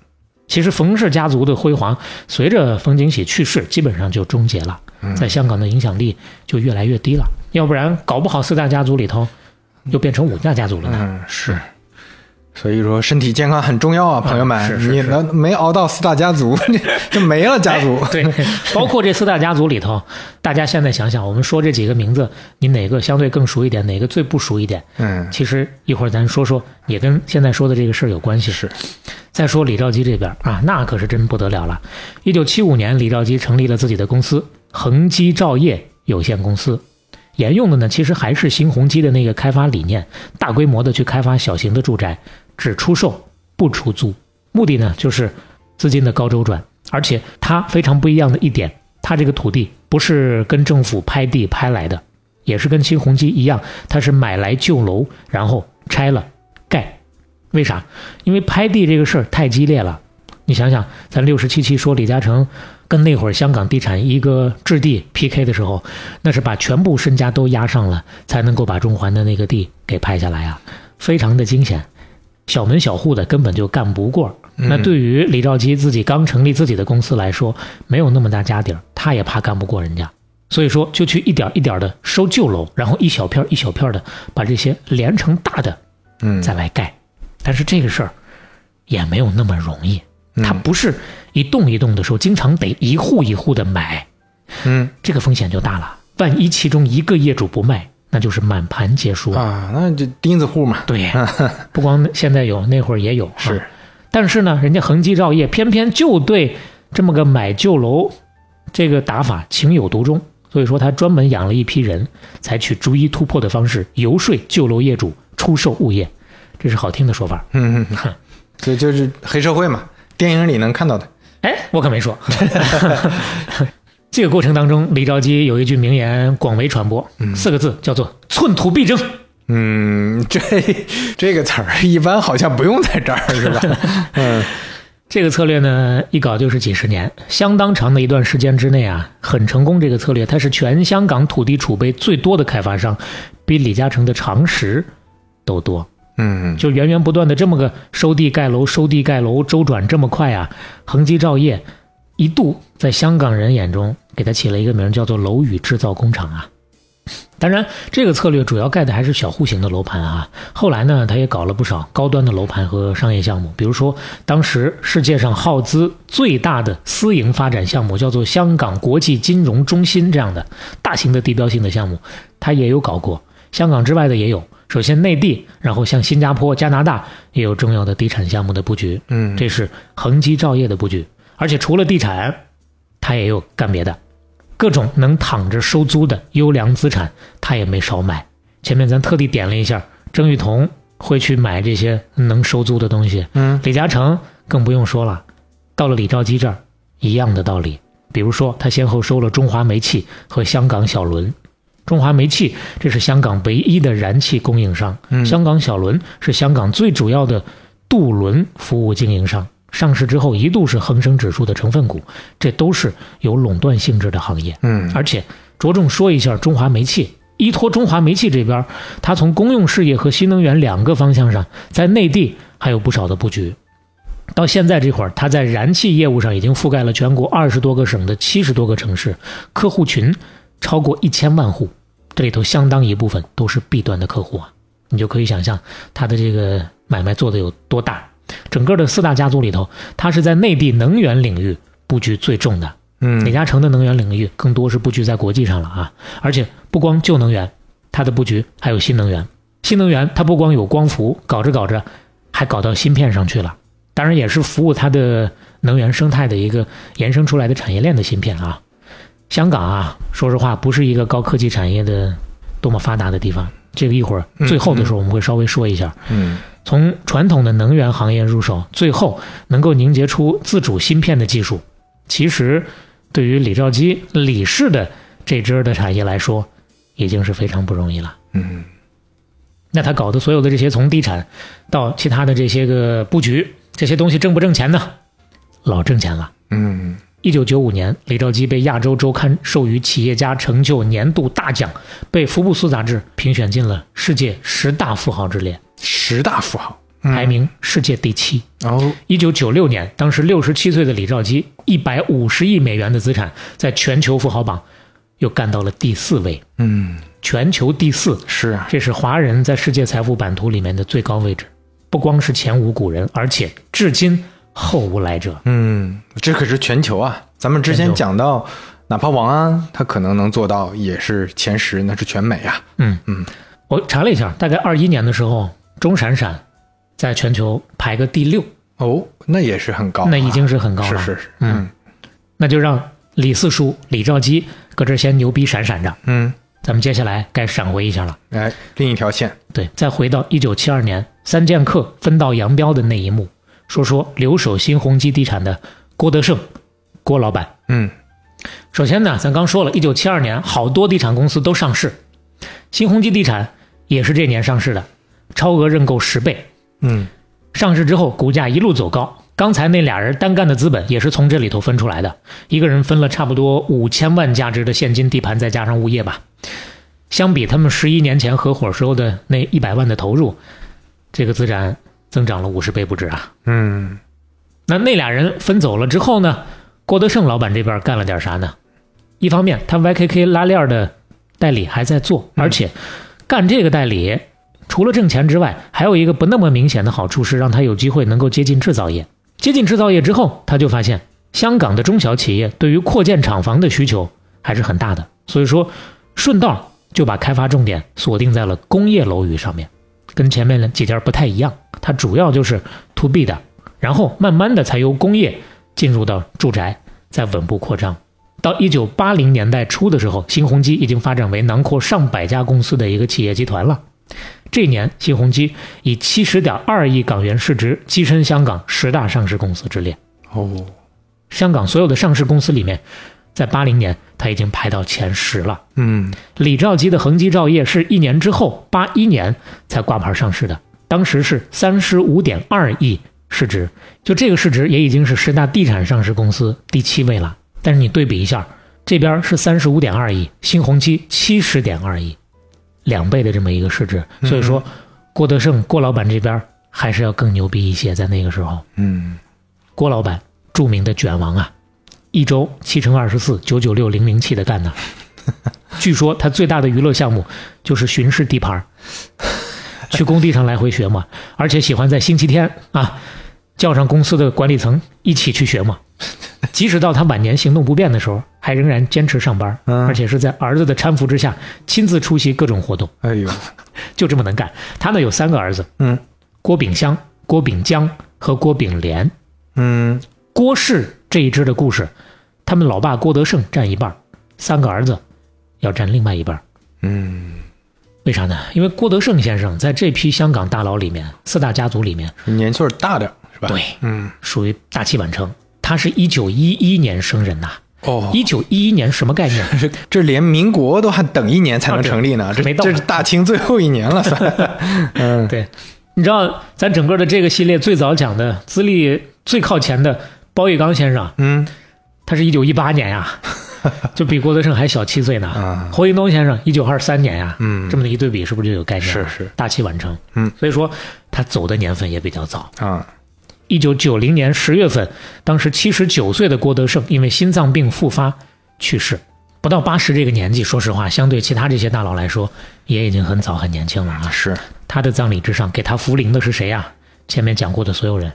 其实冯氏家族的辉煌，随着冯景喜去世，基本上就终结了，嗯在香港的影响力就越来越低了。要不然，搞不好四大家族里头又变成五大家族了呢。嗯是。所以说，身体健康很重要啊，朋友们。嗯是是你能没熬到四大家族， 就没了家族。对，包括这四大家族里头，大家现在想想，我们说这几个名字，你哪个相对更熟一点，哪个最不熟一点？嗯，其实一会儿咱说说，也跟现在说的这个事儿有关系。是，再说李兆基这边啊，那可是真不得了了。一九七五年，李兆基成立了自己的公司恒基兆业有限公司，沿用的呢其实还是新鸿基的那个开发理念，大规模的去开发小型的住宅，只出售不出租，目的呢就是资金的高周转。而且它非常不一样的一点，它这个土地不是跟政府拍地拍来的，也是跟新鸿基一样，它是买来旧楼，然后拆了盖。为啥？因为拍地这个事儿太激烈了。你想想，咱六十七期说李嘉诚跟那会儿香港地产一个置地 PK 的时候，那是把全部身家都押上了，才能够把中环的那个地给拍下来啊，非常的惊险。小门小户的根本就干不过。那对于李兆基自己刚成立自己的公司来说，没有那么大家底儿，他也怕干不过人家，所以说就去一点儿一点的收旧楼，然后一小片儿一小片的把这些连成大的嗯，再来盖。但是这个事儿也没有那么容易，嗯它不是一栋一栋的收，经常得一户一户的买，嗯这个风险就大了。万一其中一个业主不卖，那就是满盘皆输。啊，那就钉子户嘛。 对，不光现在有，那会儿也有。是啊但是呢，人家恒基兆业偏偏就对这么个买旧楼这个打法情有独钟，所以说他专门养了一批人，采取逐一突破的方式游说旧楼业主出售物业，这是好听的说法。嗯，嗯嗯这就是黑社会嘛，电影里能看到的。哎，我可没 说。这个过程当中，李兆基有一句名言广为传播，四个字叫做“寸土必争嗯， 这这个词儿一般好像不用在这儿 是吧？嗯”。这个策略呢，一搞就是几十年，相当长的一段时间之内啊，很成功。这个策略，它是全香港土地储备最多的开发商，比李嘉诚的常识都多。嗯就源源不断的这么个收地盖楼、收地盖楼周转这么快啊，恒基兆业一度在香港人眼中给它起了一个名儿叫做“楼宇制造工厂”啊。当然，这个策略主要盖的还是小户型的楼盘啊。后来呢，他也搞了不少高端的楼盘和商业项目，比如说当时世界上耗资最大的私营发展项目叫做香港国际金融中心这样的大型的地标性的项目，他也有搞过。香港之外的也有。首先内地，然后像新加坡、加拿大也有重要的地产项目的布局，嗯，这是恒基兆业的布局。而且除了地产，它也有干别的，各种能躺着收租的优良资产，它也没少买。前面咱特地点了一下，郑裕彤会去买这些能收租的东西，嗯李嘉诚更不用说了，到了李兆基这儿一样的道理。比如说，他先后收了中华煤气和香港小轮。中华煤气这是香港唯一的燃气供应商，嗯香港小轮是香港最主要的渡轮服务经营商。上市之后一度是恒生指数的成分股，这都是有垄断性质的行业。嗯而且着重说一下中华煤气。依托中华煤气这边，它从公用事业和新能源两个方向上，在内地还有不少的布局。到现在这会儿，它在燃气业务上已经覆盖了全国二十多个省的七十多个城市，客户群超过一千万户，这里头相当一部分都是 B 端的客户啊。你就可以想象它的这个买卖做得有多大。整个的四大家族里头，它是在内地能源领域布局最重的。李嗯嘉诚的能源领域更多是布局在国际上了啊，而且不光旧能源，它的布局还有新能源。新能源它不光有光伏，搞着搞着还搞到芯片上去了，当然也是服务它的能源生态的一个延伸出来的产业链的芯片啊。香港啊，说实话不是一个高科技产业的多么发达的地方，这个一会儿最后的时候我们会稍微说一下。嗯从传统的能源行业入手，最后能够凝结出自主芯片的技术。其实，对于李兆基、李氏的这支儿的产业来说，已经是非常不容易了。嗯那他搞的所有的这些，从地产到其他的这些个布局，这些东西挣不挣钱呢？老挣钱了。嗯一九九五年，李兆基被《亚洲周刊》授予企业家成就年度大奖，被《福布斯》杂志评选进了世界十大富豪之列，十大富豪排名世界第七。哦，一九九六年，当时六十七岁的李兆基，一百五十亿美元的资产，在全球富豪榜又干到了第四位，嗯全球第四，是啊，这是华人在世界财富版图里面的最高位置。不光是前无古人，而且至今后无来者。嗯，这可是全球啊，咱们之前全球讲到，哪怕王安他可能能做到，也是前十，那是全美啊，嗯嗯，我查了一下，大概二一年的时候，钟闪闪在全球排个第六，哦，那也是很高啊、那已经是很高了。是是是，嗯那就让李四叔、李兆基搁这儿先牛逼闪闪着，嗯，咱们接下来该闪回一下了。哎，另一条线，对，再回到一九七二年三剑客分道扬镳的那一幕，说说留守新鸿基地产的郭德胜，郭老板。嗯首先呢，咱刚说了，一九七二年好多地产公司都上市，新鸿基地产也是这年上市的，超额认购十倍。嗯上市之后，股价一路走高。刚才那俩人单干的资本也是从这里头分出来的，一个人分了差不多五千万价值的现金地盘，再加上物业吧。相比他们十一年前合伙时候的那一百万的投入，这个资产增长了五十倍不止啊。嗯那那俩人分走了之后呢，郭德胜老板这边干了点啥呢？一方面，他 YKK 拉链的代理还在做，而且干这个代理，除了挣钱之外，还有一个不那么明显的好处是，让他有机会能够接近制造业。接近制造业之后，他就发现香港的中小企业对于扩建厂房的需求还是很大的，所以说顺道就把开发重点锁定在了工业楼宇上面，跟前面的几家不太一样，它主要就是 to B 的，然后慢慢的才由工业进入到住宅，再稳步扩张。到一九八零年代初的时候，新鸿基已经发展为囊括上百家公司的一个企业集团了。这一年，新鸿基以七十点二亿港元市值跻身香港十大上市公司之列。哦，香港所有的上市公司里面，在八零年它已经排到前十了。嗯李兆基的恒基兆业是一年之后，八一年才挂牌上市的，当时是三十五点二亿市值，就这个市值也已经是十大地产上市公司第七位了。但是你对比一下，这边是三十五点二亿，新鸿基七十点二亿，两倍的这么一个市值，所以说郭德胜郭老板这边还是要更牛逼一些，在那个时候。嗯郭老板，著名的卷王啊，一周七乘二十四，九九六零零七的 干呢。据说他最大的娱乐项目就是巡视地 盘儿，去工地上来回学嘛，而且喜欢在星期天啊叫上公司的管理层一起去学嘛。即使到他晚年行动不便的时候，还仍然坚持上班，嗯而且是在儿子的搀扶之下亲自出席各种活动，哎呦，就这么能干。他呢有三个儿子，嗯郭炳湘、郭炳江和郭炳联。嗯郭氏这一支的故事，他们老爸郭德胜占一半儿，三个儿子要占另外一半儿。嗯，为啥呢？因为郭德胜先生在这批香港大佬里面，四大家族里面，年岁儿大点儿是吧？对，嗯属于大器晚成。他是一九一一年生人呐、哦，一九一一年什么概念？这连民国都还等一年才能成立呢，啊这对没到这是大清最后一年了， 算。嗯，对，你知道咱整个的这个系列最早讲的资历最靠前的包玉刚先生，嗯他是一九一八年 呀、就比郭德胜还小七岁呢。啊，侯云东先生一九二三年呀、嗯这么的一对比，是不是就有概念了？是是大器晚成。嗯，所以说他走的年份也比较早。啊，一九九零年十月份，当时七十九岁的郭德胜因为心脏病复发去世。不到八十这个年纪，说实话，相对其他这些大佬来说，也已经很早很年轻了啊。是他的葬礼之上，给他扶灵的是谁呀、前面讲过的所有人，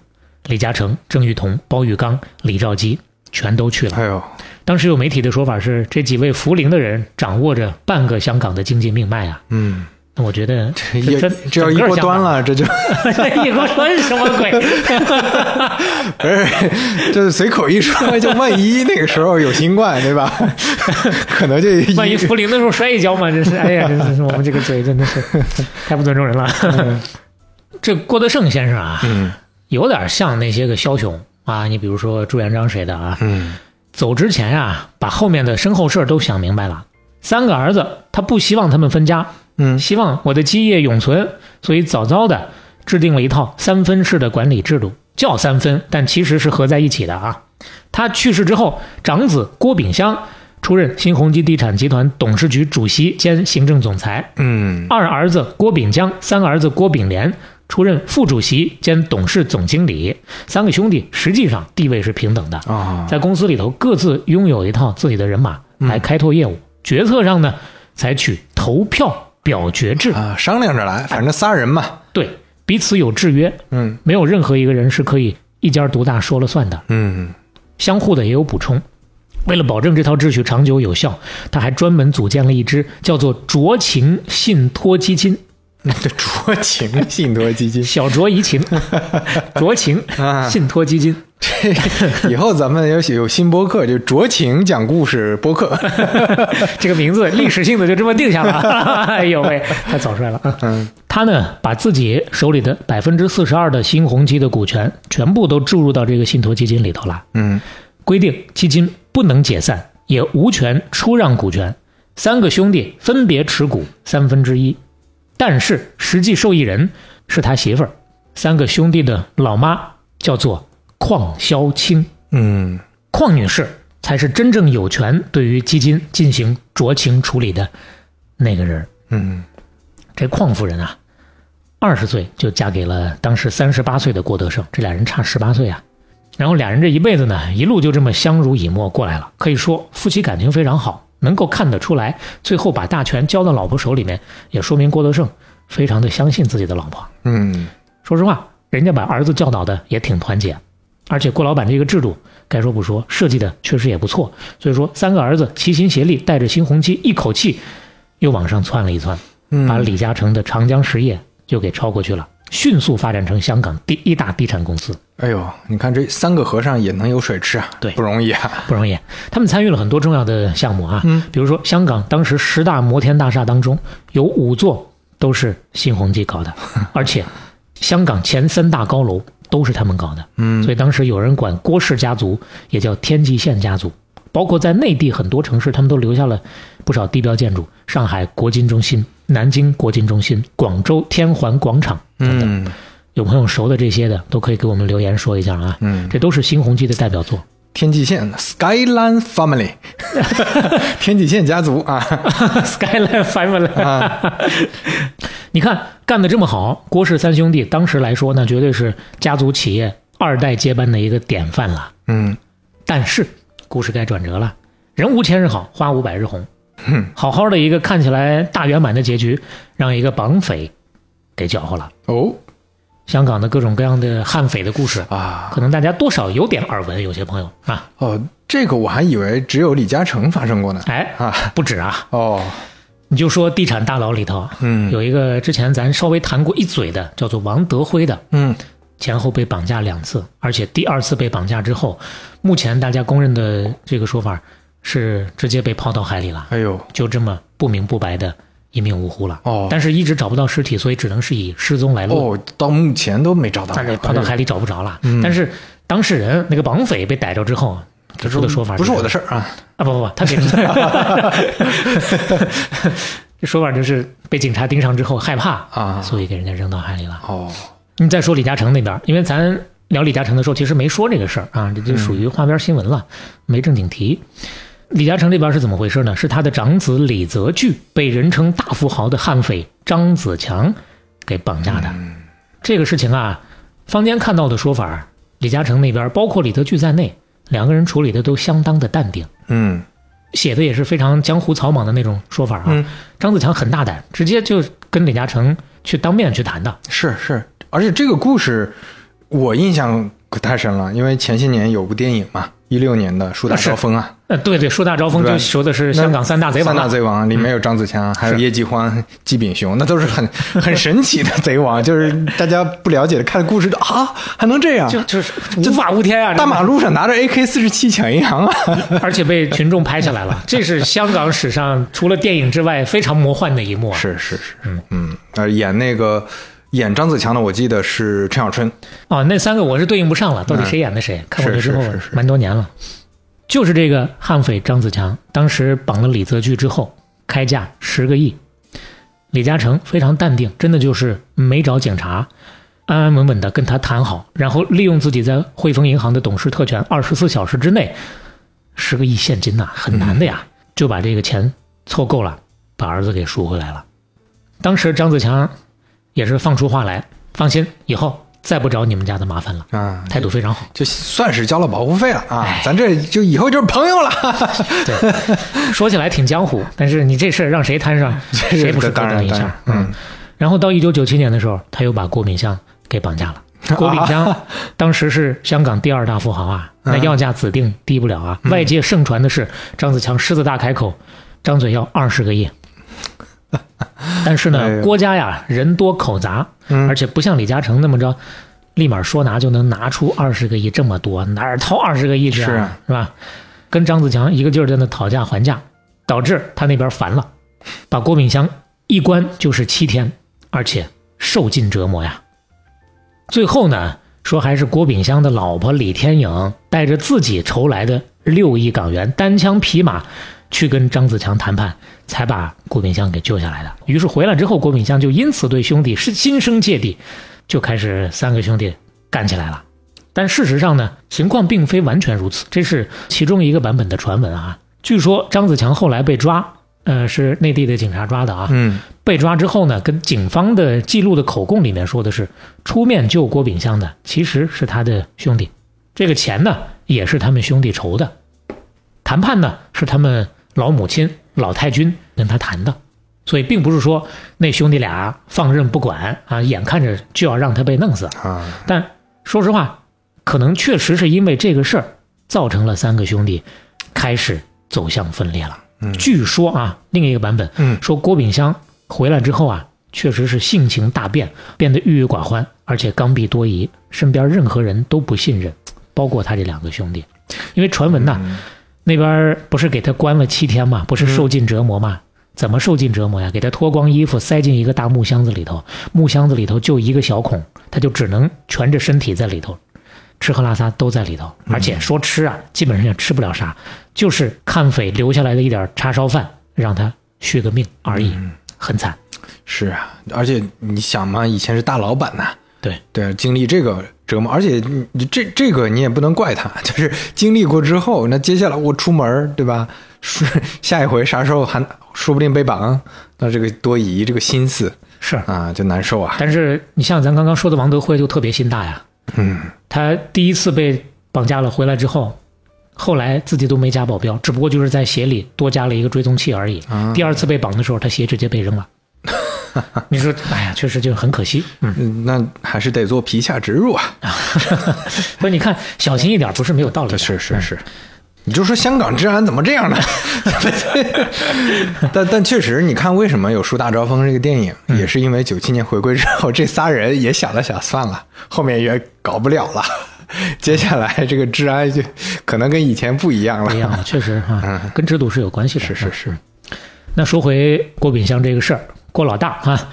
李嘉诚、郑裕彤、包玉刚、李兆基，全都去了。哎呦，当时有媒体的说法是，这几位扶灵的人掌握着半个香港的经济命脉啊。嗯，那我觉得这也真这要一锅端，了，这就整个香港 一锅端是什么鬼？不是，就是随口一 说，就万一那个时候有新冠，对吧？ 可能就万一扶灵的时候摔一跤嘛，真 是，哎呀，真是我们这个嘴真的是 太不尊重人了。这郭德胜先生啊，嗯有点像那些个枭雄啊，你比如说朱元璋谁的啊，嗯走之前啊，把后面的身后事儿都想明白了。三个儿子，他不希望他们分家，嗯希望我的基业永存，所以早早的制定了一套三分式的管理制度，叫三分，但其实是合在一起的啊。他去世之后，长子郭炳湘出任新鸿基地产集团董事局主席兼行政总裁，嗯，二儿子郭炳江，三儿子郭炳联出任副主席兼董事总经理。三个兄弟实际上地位是平等的，啊，在公司里头各自拥有一套自己的人马来开拓业务，决策上呢采取投票表决制，啊，商量着来，反正仨人嘛，对彼此有制约，嗯没有任何一个人是可以一家独大说了算的，嗯相互的也有补充。为了保证这套秩序长久有效，他还专门组建了一支叫做“酌情信托基金嗯， 这酌情信托基”， 金，小酌怡情，酌情啊信托基金。这以后咱们有有新播客，就酌情讲故事播 客，这个名字历史性的就这么定下了。哎呦喂，太草率了啊！嗯他呢，把自己手里的百分之四十二的新鸿基的股权全部都注入到这个信托基金里头了。嗯规定基金不能解散，也无权出让股权。三个兄弟分别持股三分之一，但是实际受益人是他媳妇儿。三个兄弟的老妈叫做邝潇青。嗯邝女士才是真正有权对于基金进行酌情处理的那个人。嗯这邝夫人啊，二十岁就嫁给了当时三十八岁的郭德胜，这俩人差十八岁啊。然后俩人这一辈子呢，一路就这么相濡以沫过来了，可以说夫妻感情非常好，能够看得出来。最后把大权交到老婆手里面，也说明郭德胜非常的相信自己的老婆。嗯说实话，人家把儿子教导的也挺团结，而且郭老板这个制度，该说不说，设计的确实也不错。所以说，三个儿子齐心协力，带着新鸿基一口气又往上窜了一窜，嗯，把李嘉诚的长江实业就给超过去了，迅速发展成香港第一大地产公司，哎呦，你看这三个和尚也能有水吃啊，对不容易啊，不容易。他们参与了很多重要的项目啊，嗯比如说香港当时十大摩天大厦当中有五座都是新鸿基 搞的，而且香港前三大高楼都是他们搞的。嗯所以当时有人管郭氏家族也叫天际线家族，包括在内地很多城市，他们都留下了不少地标建筑，上海国金中心、南京国金中心、广州天环广场等等。嗯有朋友熟的这些的，都可以给我们留言说一下啊。嗯，这都是新鸿基的代表作，天际线 Skyline Family，天际线家族啊 Skyline Family。啊， 你看干得这么好，郭氏三兄弟当时来说，那绝对是家族企业二代接班的一个典范了。嗯但是故事该转折了，人无千日好，花无百日红哼。好好的一个看起来大圆满的结局，让一个绑匪给搅和了。哦香港的各种各样的悍匪的故事，啊可能大家多少有点耳闻，有些朋友啊，哦，这个我还以为只有李嘉诚发生过呢哎，啊不止啊，哦你就说地产大佬里头，嗯有一个之前咱稍微谈过一嘴的，叫做王德辉的，嗯前后被绑架两次，而且第二次被绑架之后，目前大家公认的这个说法是直接被抛到海里了。哎呦就这么不明不白的一命呜呼了。哦但是一直找不到尸体，所以只能是以失踪来论，哦，到目前都没找到，暂时抛到海里找不着了。嗯但是当事人那个绑匪被逮着之后，给出的说法不是这我样的事儿啊。啊，不不不，他给出的 这说法就是被警察盯上之后害怕啊所以给人家扔到海里了。哦，你再说李嘉诚那边儿，因为咱聊李嘉诚的时候，其实没说这个事儿啊，这就属于花边新闻了，没正经提。李嘉诚这边是怎么回事呢？是他的长子李泽钜被人称大富豪的悍匪张子强给绑架的。这个事情啊，坊间看到的说法，李嘉诚那边包括李泽钜在内，两个人处理的都相当的淡定。嗯写的也是非常江湖草莽的那种说法啊。嗯张子强很大胆，直接就跟李嘉诚去当面去谈的。是是，而且这个故事我印象可太深了，因为前些年有部电影嘛，一六年的《树大招风》啊，呃，对对，树大招风对就说的是香港三大贼王三大啊。贼王里面有张子强，还有是叶继欢、纪炳雄，那都是很很神奇的贼王，就是大家不了解的，看故事就啊，还能这样。就就是无法无天啊！大马路上拿着 AK 四十七抢银行啊！这个，而且被群众拍下来了，这是香港史上除了电影之外非常魔幻的一幕啊！是是是，嗯嗯，呃，演那个演张子强的，我记得是陈小春，啊，那三个我是对应不上了，到底嗯谁演的谁？看过这之后是是是蛮多年了，就是这个悍匪张子强，当时绑了李泽钜之后，开价十个亿，李嘉诚非常淡定，真的就是没找警察，安安稳稳的跟他谈好，然后利用自己在汇丰银行的董事特权，二十四小时之内，十个亿现金呐、很难的呀，嗯就把这个钱凑够了，把儿子给赎回来了。当时张子强也是放出话来，放心，以后再不找你们家的麻烦了，啊，态度非常好。就算是交了保护费了啊哎，咱这就以后就是朋友了。说起来挺江湖，但是你这事儿让谁摊 上，谁不是当咯然噔一当下然？嗯，然后到一九九七年的时候，他又把郭炳湘给绑架了。郭炳湘啊 当时是香港第二大富豪啊，嗯那要价指定低不了啊。外界盛传的是张子强狮子大开口，张嘴要二十个 亿。但是哎呢，呦郭家呀人多口杂，嗯而且不像李嘉诚那么着，立马说拿就能拿出二十个亿这么多，哪儿掏二十个亿去是啊啊？是吧？跟张子强一个劲儿在那讨价还价，导致他那边烦了，把郭炳湘一关就是七天，而且受尽折磨呀。最后呢，说还是郭炳湘的老婆李天颖带着自己筹来的六亿港元，单枪匹马去跟张子强谈判，才把郭炳湘给救下来的。于是回来之后，郭炳湘就因此对兄弟是心生芥蒂，就开始三个兄弟干起来了。但事实上呢，情况并非完全如此，这是其中一个版本的传闻啊。据说张子强后来被抓，呃，是内地的警察抓的啊。嗯，被抓之后呢，跟警方的记录的口供里面说的是，出面救郭炳湘的其实是他的兄弟，这个钱呢也是他们兄弟筹的，谈判呢是他们老母亲老太君跟他谈的，所以并不是说那兄弟俩放任不管啊，眼看着就要让他被弄死。啊，但说实话，可能确实是因为这个事儿，造成了三个兄弟开始走向分裂了。嗯据说啊，另一个版本，嗯说郭炳湘回来之后啊，确实是性情大变，变得郁郁寡欢，而且刚愎多疑，身边任何人都不信任，包括他这两个兄弟。因为传闻呐、那边儿不是给他关了七天嘛，不是受尽折磨嘛？怎么受尽折磨呀？给他脱光衣服，塞进一个大木箱子里头，木箱子里头就一个小孔，他就只能蜷着身体在里头，吃喝拉撒都在里头，而且说吃啊，基本上也吃不了啥，就是看匪留下来的一点叉烧饭，让他续个命而已，嗯很惨。是啊，而且你想嘛，以前是大老板呐、对，对，经历这个折磨，而且你你这这个你也不能怪他，就是经历过之后，那接下来我出门儿对吧？是下一回啥时候还说不定被绑，那这个多疑这个心思是，啊，就难受啊。但是你像咱刚刚说的王德辉就特别心大呀，嗯，他第一次被绑架了回来之后，后来自己都没加保镖，只不过就是在鞋里多加了一个追踪器而已。啊第二次被绑的时候，他鞋直接被扔 了。你说，哎呀，确实就很可惜。 嗯，嗯那还是得做皮下植入啊。所以你看，小心一点不是没有道理的。是是是，你就说香港治安怎么 这样呢？但但确实，你看为什么有《树大招风》这个电影，嗯也是因为九七年回归之后，这仨人也想了想，算了，后面也搞不了了。嗯接下来这个治安就可能跟以前不一样不一样了。 的，确实啊，跟制度是有关系的。嗯是是是嗯。那说回郭炳湘这个事儿，郭老大啊，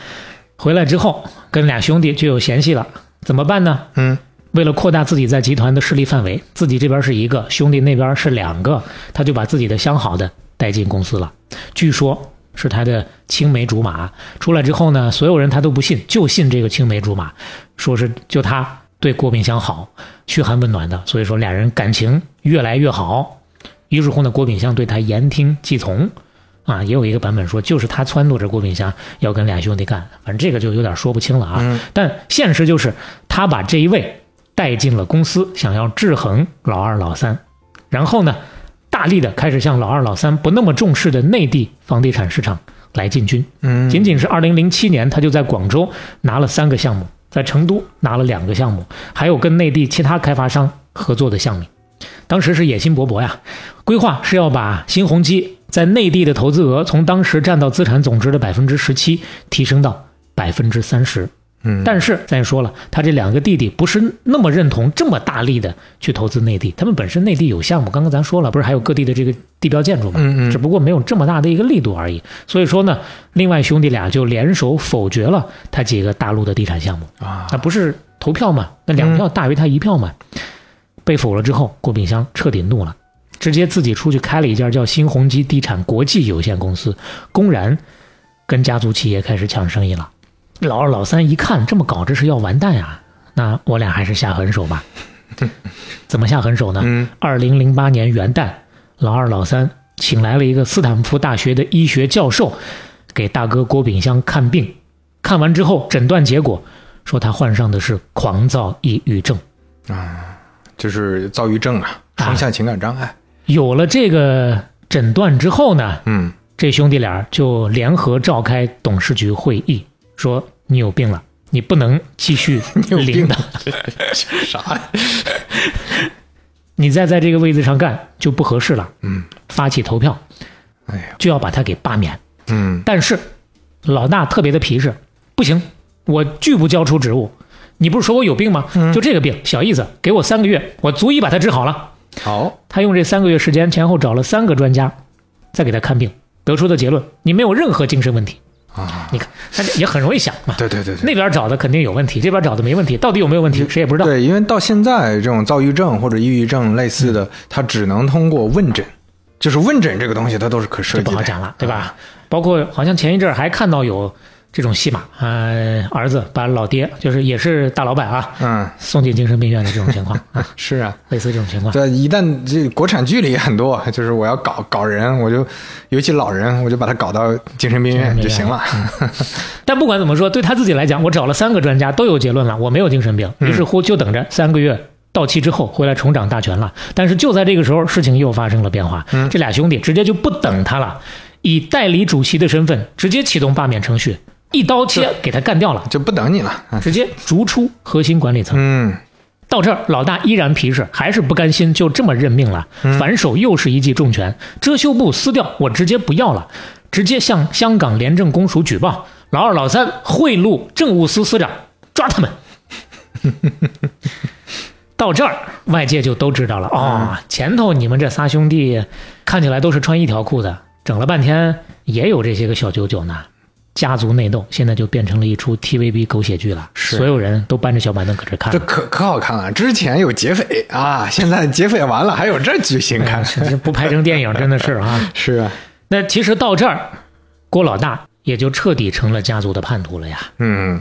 回来之后跟俩兄弟就有嫌隙了，怎么办呢？嗯，为了扩大自己在集团的势力范围，自己这边是一个兄弟那边是两个，他就把自己的相好的带进公司了。据说是他的青梅竹马。出来之后呢，所有人他都不信，就信这个青梅竹马，说是就他对郭炳湘好，嘘寒问暖的，所以说俩人感情越来越好。于是乎呢，郭炳湘对他言听计从。啊，也有一个版本说，就是他撺掇着郭炳湘要跟俩兄弟干，反正这个就有点说不清了啊。嗯但现实就是，他把这一位带进了公司，想要制衡老二、老三，然后呢，大力的开始向老二、老三不那么重视的内地房地产市场来进军。嗯，仅仅是2007年，他就在广州拿了三个项目，在成都拿了两个项目，还有跟内地其他开发商合作的项目。当时是野心勃勃呀，规划是要把新鸿基在内地的投资额从当时占到资产总值的百分之十七提升到百分之三十。嗯，但是咱也说了，他这两个弟弟不是那么认同这么大力的去投资内地，他们本身内地有项目，刚刚咱说了，不是还有各地的这个地标建筑吗？嗯嗯只不过没有这么大的一个力度而已。所以说呢，另外兄弟俩就联手否决了他几个大陆的地产项目，啊，嗯那不是投票嘛？那两票大于他一票嘛？被否了之后，郭炳湘彻底怒了，直接自己出去开了一家叫新鸿基地产国际有限公司，公然跟家族企业开始抢生意了。老二老三一看这么搞，这是要完蛋呀、那我俩还是下狠手吧。 怎么下狠手呢？嗯二零零八年元旦，老二老三请来了一个斯坦福大学的医学教授，给大哥郭炳湘看病。看完之后，诊断结果说他患上的是狂躁抑郁症。就是躁郁症啊，啊双向情感障碍。有了这个诊断之后呢，嗯这兄弟俩就联合召开董事局会议，说你有病了，你不能继 续有病领导，啥呀？你再在这个位置上干就不合适了。嗯，发起投票哎呀，就要把他给罢免。嗯但是老大特别的皮实，不行，我拒不交出职务。你不是说我有病吗？嗯就这个病，小意思，给我三个月，我足以把它治好了。好，他用这三个月时间，前后找了三个专家，再给他看病，得出的结论，你没有任何精神问题啊。你看，他这也很容易想嘛，对对对对。那边找的肯定有问题，这边找的没问题，到底有没有问题，谁也不知道。对，因为到现在这种躁郁症或者抑郁症类似嗯的，它只能通过问诊，就是问诊这个东西，它都是可这设计的，不好讲了，对吧？包括好像前一阵儿还看到有这种戏码，呃，儿子把老爹，就是也是大老板啊，嗯，送进精神病院的这种情 况啊，是啊，类似这种情况。对，一旦这国产剧里也很多，就是我要搞搞人，我就尤其老人，我就把他搞到精神病院精神病院就行了。但不管怎么说，对他自己来讲，我找了三个专家都有结论了，我没有精神病，于是乎就等着三个月。到期之后回来重掌大权了，但是就在这个时候，事情又发生了变化。这俩兄弟直接就不等他了，以代理主席的身份直接启动罢免程序，一刀切给他干掉了，就不等你了。直接逐出核心管理层。嗯，到这儿，老大依然皮实，还是不甘心，就这么认命了。反手又是一记重拳，遮羞布撕掉，我直接不要了，直接向香港廉政公署举报，老二、老三贿赂政务司司长，抓他们。 到这儿，外界就都知道了哦，前头你们这仨兄弟看起来都是穿一条裤的，整了半天也有这些个小九九呢。家族内斗现在就变成了一出 TVB 狗血剧了，是所有人都搬着小板凳搁这看这了。可可好看了。之前有劫匪啊，现在劫匪完了，还有这剧情看。是这不拍成电影真的嗯是啊。是啊，那其实到这儿，郭老大也就彻底成了家族的叛徒了呀。嗯，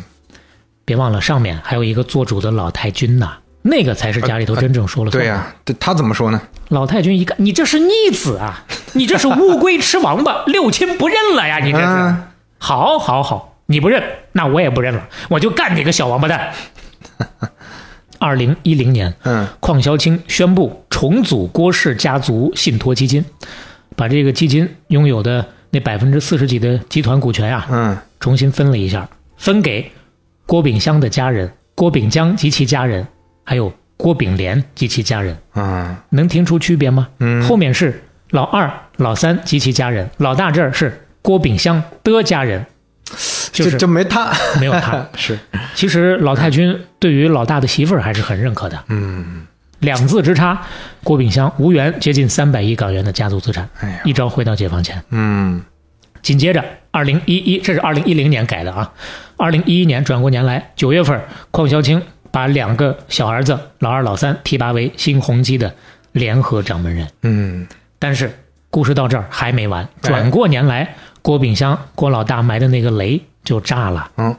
别忘了上面还有一个做主的老太君呐，那个才是家里头真正说了算。啊对呀、这他怎么说呢？老太君一看，你这是逆子啊，你这是乌龟吃王八，六亲不认了呀，你这是。嗯好，好，好，你不认，那我也不认了，我就干你个小王八 蛋。二零一零年，嗯邝潇青宣布重组郭氏家族信托基金，把这个基金拥有的那百分之四十几的集团股权呀、嗯重新分了一下，分给郭炳湘的家人、郭炳江及其家人，还有郭炳联及其家人。嗯能听出区别吗？嗯后面是老二、老三及其家人，老大这儿是郭炳湘的家人，就就是就没他，没有他。是其实老太君对于老大的媳妇儿还是很认可的。嗯，两字之差，郭炳湘无缘接近三百亿港元的家族资产，哎呀，一朝回到解放前。嗯紧接着，二零一一，这是二零一零年改的啊，二零一一年转过年来，九月份，邝潇青把两个小儿子老二、老三提拔为新鸿基的联合掌门人。嗯，但是故事到这儿还没完，哎转过年来，郭炳湘郭老大埋的那个雷就炸了。嗯，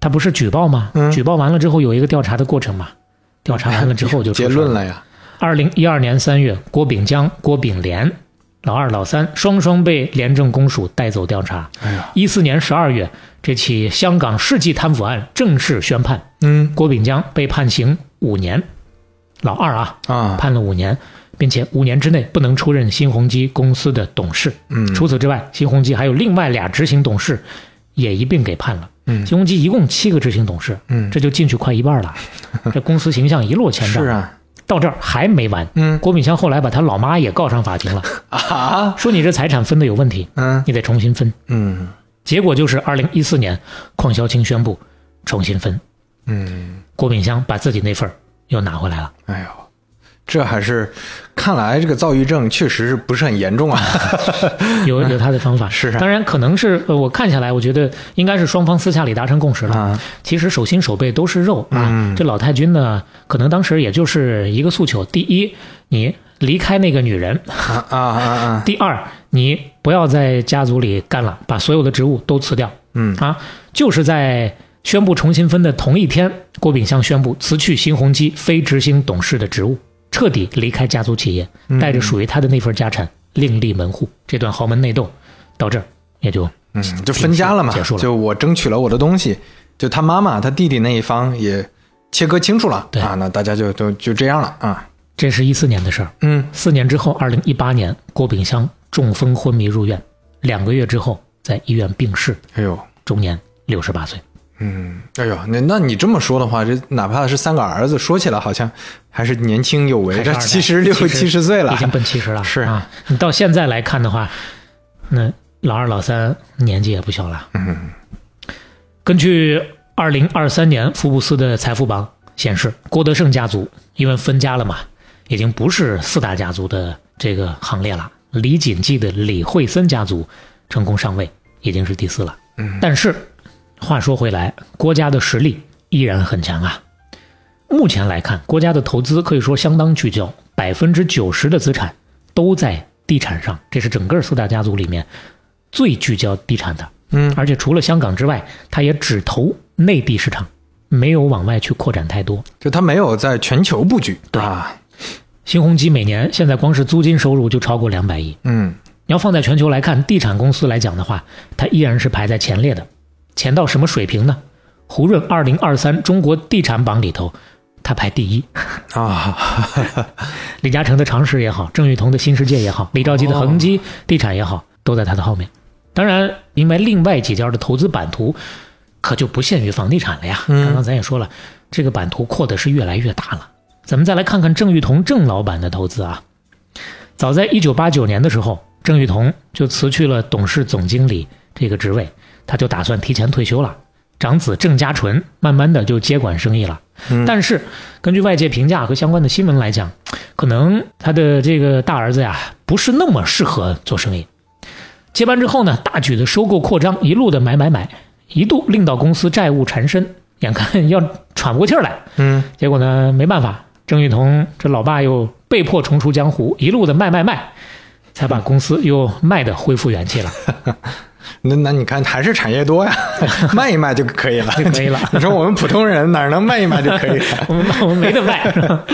他不是举报吗？嗯举报完了之后有一个调查的过程嘛，调查完了之后就 结论。了呀。二零一二年三月，郭炳江、郭炳联、老二、老三双双被廉政公署带走调查。哎呀，一四年十二月，这起香港世纪贪腐案正式宣判，嗯郭炳江被判刑五年，老二啊啊，判了五年，并且五年之内不能出任新鸿基公司的董事。嗯，除此之外，新鸿基还有另外俩执行董事也一并给判了。嗯新鸿基一共七个执行董事，嗯，这就进去快一 半了，这公司形象一落千丈。是啊，到这儿还没完，嗯郭炳湘后来把他老妈也告上法 庭了，啊，说你这财产分的有问题，嗯你得重新分。嗯结果就是二零一四年，邝潇清宣布重新分，嗯，郭炳湘把自己那份儿又拿回来了。哎呦。这还是，看来这个躁郁症确实是不是很严重 啊？ 有有他的方法是啊当然可能是呃我看下来，我觉得应该是双方私下里达成共识了。啊，其实手心手背都是肉啊。嗯这老太君呢，可能当时也就是一个诉求：第一，你离开那个女人；啊啊啊啊！第二，你不要在家族里干了，把所有的职务都辞掉嗯啊。就是在宣布重新分的同一天，郭炳湘宣布辞去新鸿基非执行董事的职务，彻底离开家族企业，嗯带着属于他的那份家产另立门户。这段豪门内斗到这儿也就嗯，就分家了嘛，结束了就我争取了我的东西，就他妈妈、他弟弟那一方也切割清楚了对啊，那大家就就就这样了啊。这是一四年的事儿。嗯四年之后，二零一八年，郭炳湘中风昏迷入院，两个月之后在医院病逝，哎呦，终年六十八岁。嗯，哎呦，那那你这么说的话，这哪怕是三个儿子，说起来好像还是年轻有为，还是这二代七十六70七十岁了已，经奔七十了。是啊，你到现在来看的话，那老二、老三年纪也不小了。嗯根据二零二三年福布斯的财富榜显示，郭德胜家族因为分家了嘛，已经不是四大家族的这个行列了。李锦记的李惠森家族成功上位，已经是第四了。嗯但是话说回来，郭家的实力依然很强啊。目前来看，郭家的投资可以说相当聚焦，百分之九十的资产都在地产上，这是整个四大家族里面最聚焦地产的。嗯而且除了香港之外，它也只投内地市场，没有往外去扩展太多。就他没有在全球布局对啊，新鸿基每年现在光是租金收入就超过两百亿，嗯你要放在全球来看，地产公司来讲的话，它依然是排在前列的。前到什么水平呢？胡润二零二三中国地产榜里头，它排第一。啊，李嘉诚的常识也好，郑裕彤的新世界也好，李兆基的哦恒基地产也好，都在他的后面。当然，因为另外几家的投资版图可就不限于房地产了呀。嗯刚刚咱也说了，这个版图扩的是越来越大了。咱们再来看看郑裕彤郑老板的投资啊。早在一九八九年的时候，郑裕彤就辞去了董事总经理这个职位，他就打算提前退休了。长子郑家纯慢慢的就接管生意了。嗯但是根据外界评价和相关的新闻来讲，可能他的这个大儿子呀不是那么适合做生意。接班之后呢，大举的收购扩张，一路的买买买，一度令到公司债务缠身，眼看要喘不过气儿来。嗯结果呢，没办法，郑裕彤这老爸又被迫重出江湖，一路的卖卖卖，才把公司又卖的恢复元气了。那那你看还是产业 多呀，卖一卖就可以了，就可以了你说我们普通人哪能卖一卖就可以啊 了？我们我们没得卖，是吧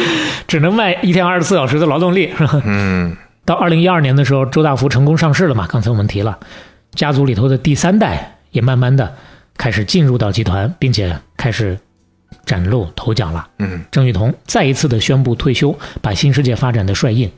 只能卖一天二十四小时的劳动力，是吧？嗯到二零一二年的时候，周大福成功上市了嘛？刚才我们提了，家族里头的第三代也慢慢的开始进入到集团，并且开始崭露头角了。嗯郑裕彤再一次的宣布退休，把新世界发展的帅印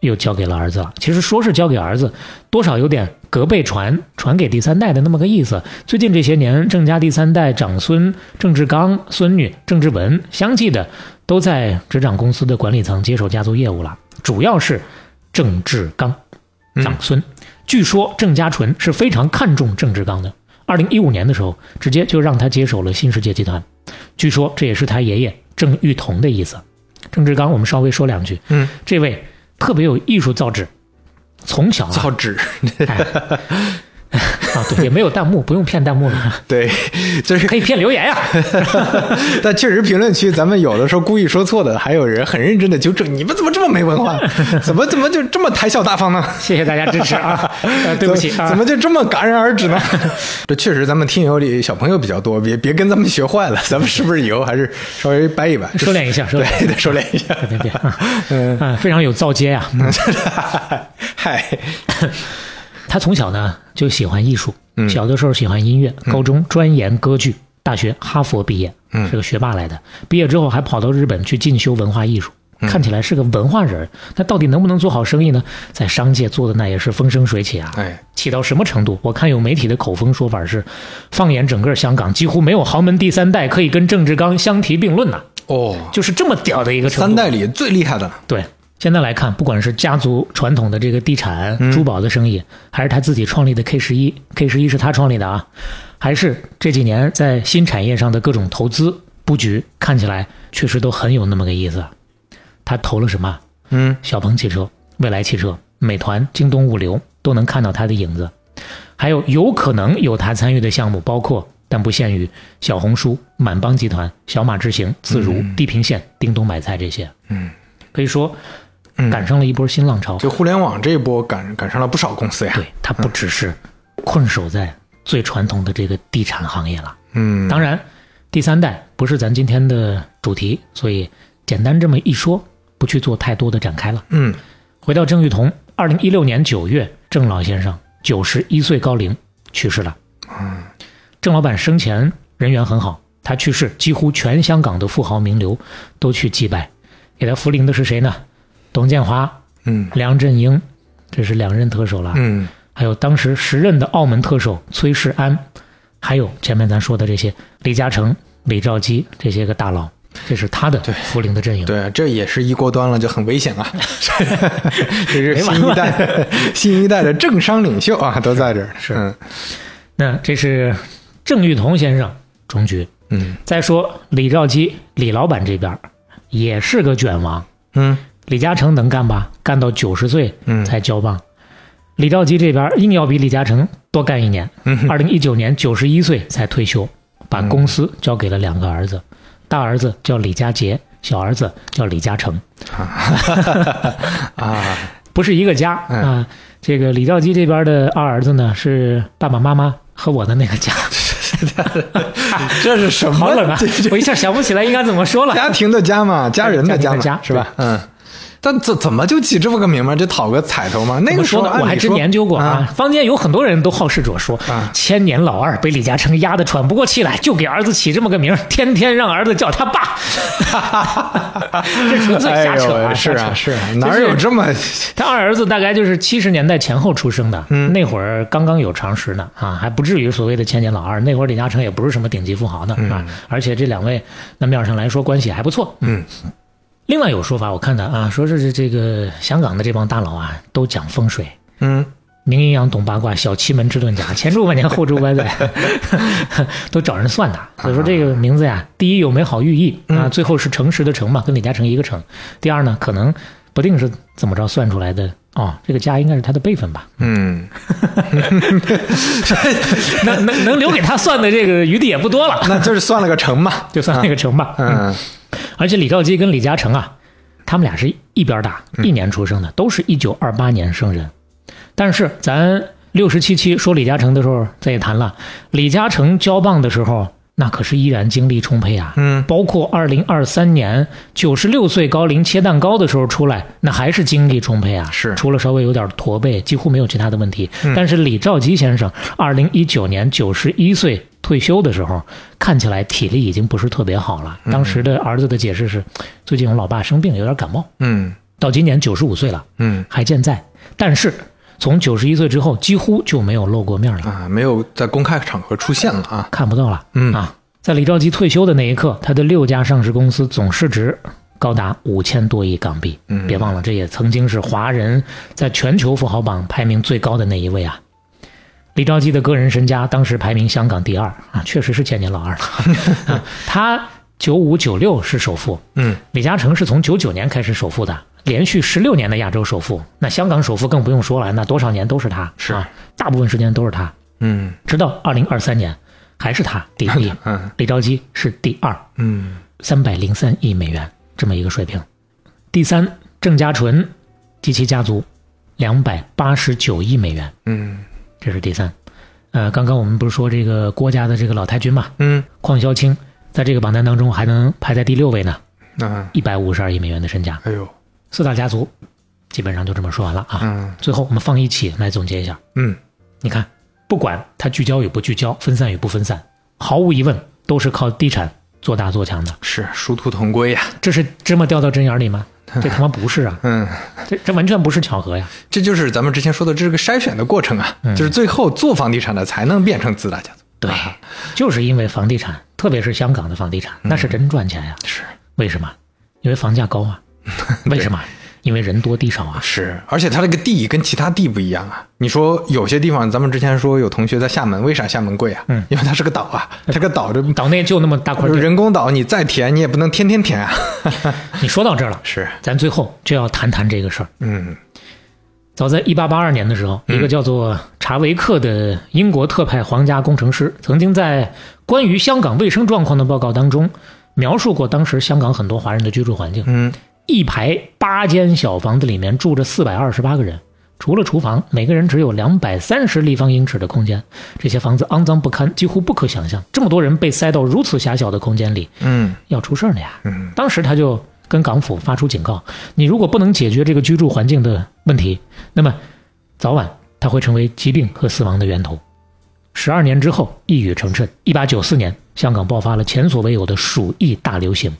又交给了儿子了。其实说是交给儿子，多少有点隔辈传传给第三代的那么个意思。最近这些年，郑家第三代长孙郑志刚、孙女郑志文相继的都在执掌公司的管理层，接手家族业务了，主要是郑志刚长孙。据说郑家纯是非常看重郑志刚的。二零一五年的时候，直接就让他接手了新世界集团。据说这也是他爷爷郑裕彤的意思。郑志刚，我们稍微说两句，嗯，这位特别有艺术造�纸，从小、啊、造纸，哎啊，对，也没有弹幕， 不用骗弹幕了， 对，就是 可以骗留言啊呀、但确实评论区咱们有的时候故意说错的，还有人很认真的纠正，你们怎么这么没文 化？怎么怎么就这么抬小大方呢？ 谢谢大家支持 啊！呃，对不起怎么啊，怎么就这么戛然而 止呢？这确实咱们听友里小朋友比较多，别别跟咱们学坏了，咱们是不是以后还是稍微掰一掰，收敛一下，收敛一下， 对，得收敛一下。别别啊， 嗯，啊，非常有造接呀、嗨，他从小呢就喜欢艺术，嗯小的时候喜欢音乐，高中专研歌剧，大学哈佛毕业，嗯是个学霸来的。毕业之后还跑到日本去进修文化艺术，嗯看起来是个文化人儿，那到底能不能做好生意呢？在商界做的那也是风生水起啊。哎，起到什么程度？我看有媒体的口风说法是，放眼整个香港，几乎没有豪门第三代可以跟郑志刚相提并论呐、哦，就是这么屌的一个程度。三代里最厉害的了，对，现在来看，不管是家族传统的这个地产、珠宝的生意，还是他自己创立的 K 十一，K 十一是他创立的啊，还是这几年在新产业上的各种投资布局，看起来确实都很有那么个意思。啊他投了什么啊？嗯，小鹏汽车、蔚来汽车、美团、京东物流都能看到他的影子。还有有可能有他参与的项目，包括但不限于小红书、满帮集团、小马之行、自如、地平线、叮咚买菜这些。嗯，可以说嗯赶上了一波新浪潮。就嗯互联网这一波赶赶上了不少公司呀对。，他不只是困守在最传统的这个地产行业了。嗯，当然，第三代不是咱今天的主题，所以简单这么一说，不去做太多的展开了。嗯，回到郑裕彤，二零一六年九月，郑老先生九十一岁高龄去世了。郑老板生前人缘很好，他去世，几乎全香港的富豪名流都去祭拜。给他扶灵的是谁呢？董建华、嗯，梁振英，这是两任特首了。嗯，还有当时时任的澳门特首崔世安，还有前面咱说的这些李嘉诚、李兆基这些个大佬，这是他的扶灵的阵营。对，这也是一锅端了，就很危险 了。这是没完新一代 新一代的政商领袖啊，都在这儿。是，嗯那这是郑裕彤先生终局。嗯再说李兆基李老板这边儿也是个卷王，嗯李嘉诚能干吧？干到九十岁嗯才交棒。李兆基这边儿硬要比李嘉诚多干一年，嗯二零一九年九十一岁才退休，把公司交给了两个儿子，大儿子叫李佳杰，小儿子叫李嘉诚， 啊，不是一个家啊、嗯这个李兆基这边的二儿子呢是爸爸妈妈和我的那个家， 这是什 么？好冷啊这这！我一下想不起来应该怎么说了。家庭的家嘛，家人家庭家的嘛家，是吧？嗯。但怎怎么就起这么个名嘛？就讨个彩头嘛？那怎么个时说候呢，按我还理真说研究过啊啊。。坊间有很多人都好事者说啊，千年老二被李嘉诚压得喘不过气来，就给儿子起这么个名儿， 天天让儿子叫他爸。 这 纯粹瞎哎扯啊！呦，是瞎扯 啊是啊，哪有这么他二儿子大概就是七十年代前后出生的，嗯那会儿刚刚有常识呢啊，还不至于所谓的千年老二。那会儿李嘉诚也不是什么顶级富豪呢、啊，而且这两位那面上来说关系还不错。嗯，另外有说法我看到啊，说是这个香港的这帮大佬啊都讲风水。嗯明阴阳懂八卦，小奇门之遁甲，前住万年，后住万载， 都找人算的。所以说这个名字呀，第一有美好寓意啊，最后是诚实的诚嘛，跟李嘉诚一个诚。第二呢，可能不定是怎么着算出来的哦，这个家应该是他的辈分吧？ 嗯，能能能留给他算的这个余地也不多了， 那就是算了个成嘛。就算那个诚吧。嗯而且李兆基跟李嘉诚啊，他们俩是一边大，一年出生的，都是一九二八年生人。但是咱六十七期说李嘉诚的时候，咱也谈了，李嘉诚交棒的时候，那可是依然精力充沛啊。嗯包括二零二三年九十六岁高龄切蛋糕的时候出来，那还是精力充沛啊。是嗯除了稍微有点驼背，几乎没有其他的问题。但是李兆基先生二零一九年九十一岁退休的时候，看起来体力已经不是特别好嗯了。当时的儿子的解释是，最近我老爸生病，有点感冒，嗯到今年九十五岁了嗯还健在，但是从九十一岁之后几乎就没有露过面了。啊，没有在公开场合出现了啊。看不到了。嗯啊，在李兆基退休的那一刻，他的六家上市公司总市值高达五千多亿港币。嗯别忘了，这也曾经是华人在全球富豪榜排名最高的那一位啊。李兆基的个人身家当时排名香港第二啊，确实是千年老 二了。 啊他九五九六是首富，嗯李嘉诚是从九九年开始首富的，连续十六年的亚洲首富，那香港首富更不用说了，那多少年都是他，是啊，大部分时间都是他，嗯，直到二零二三年还是他第一嗯李兆基是第二，嗯三百零三亿美元这么一个水平。第三，郑家纯及其家族两百八十九亿美元，嗯这是第三。呃，刚刚我们不是说这个郭家的这个老太君嘛，嗯邝潇青在这个榜单当中还能排在第六位呢，嗯，一百五十二亿美元的身价。哎呦，四大家族基本上就这么说完了啊。嗯最后我们放一起来总结一下，嗯你看，不管它聚焦与不聚焦，分散与不分散，毫无疑问都是靠地产做大做强的。是殊途同归呀、这是芝麻掉到针眼里 吗？这他妈不是啊，嗯，这这完全不是巧合呀！这就是咱们之前说的，这是个筛选的过程啊，就是最后做房地产的才能变成自大家族。 对啊就是因为房地产，特别是香港的房地产，那是真赚钱呀。是为什么？因为房价高 啊。为什么？因为人多地少啊。是，而且它这个地跟其他地不一样啊。你说有些地方，咱们之前说有同学在厦门，为啥厦门贵啊？嗯，因为它是个岛 啊，它个岛这岛内就那么大块地儿。人工岛，你再填你也不能天 天填啊。你说到这儿了，是，咱最后就要谈谈这个事儿。嗯早在1882年的时候，一个叫做查维克的英国特派皇家工程师，曾经在关于香港卫生状况的报告当中，描述过当时香港很多华人的居住环境。嗯，一排八间小房子里面住着四百二十八个人，除了厨房，每个人只有两百三十立方英尺的空间。这些房子肮脏不堪，几乎不可想象。这么多人被塞到如此狭小的空间里，嗯要出事儿了呀！嗯当时他就跟港府发出警告：你如果不能解决这个居住环境的问题，那么早晚它会成为疾病和死亡的源头。十二年之后，一语成谶。一八九四年，香港爆发了前所未有的鼠疫大流行，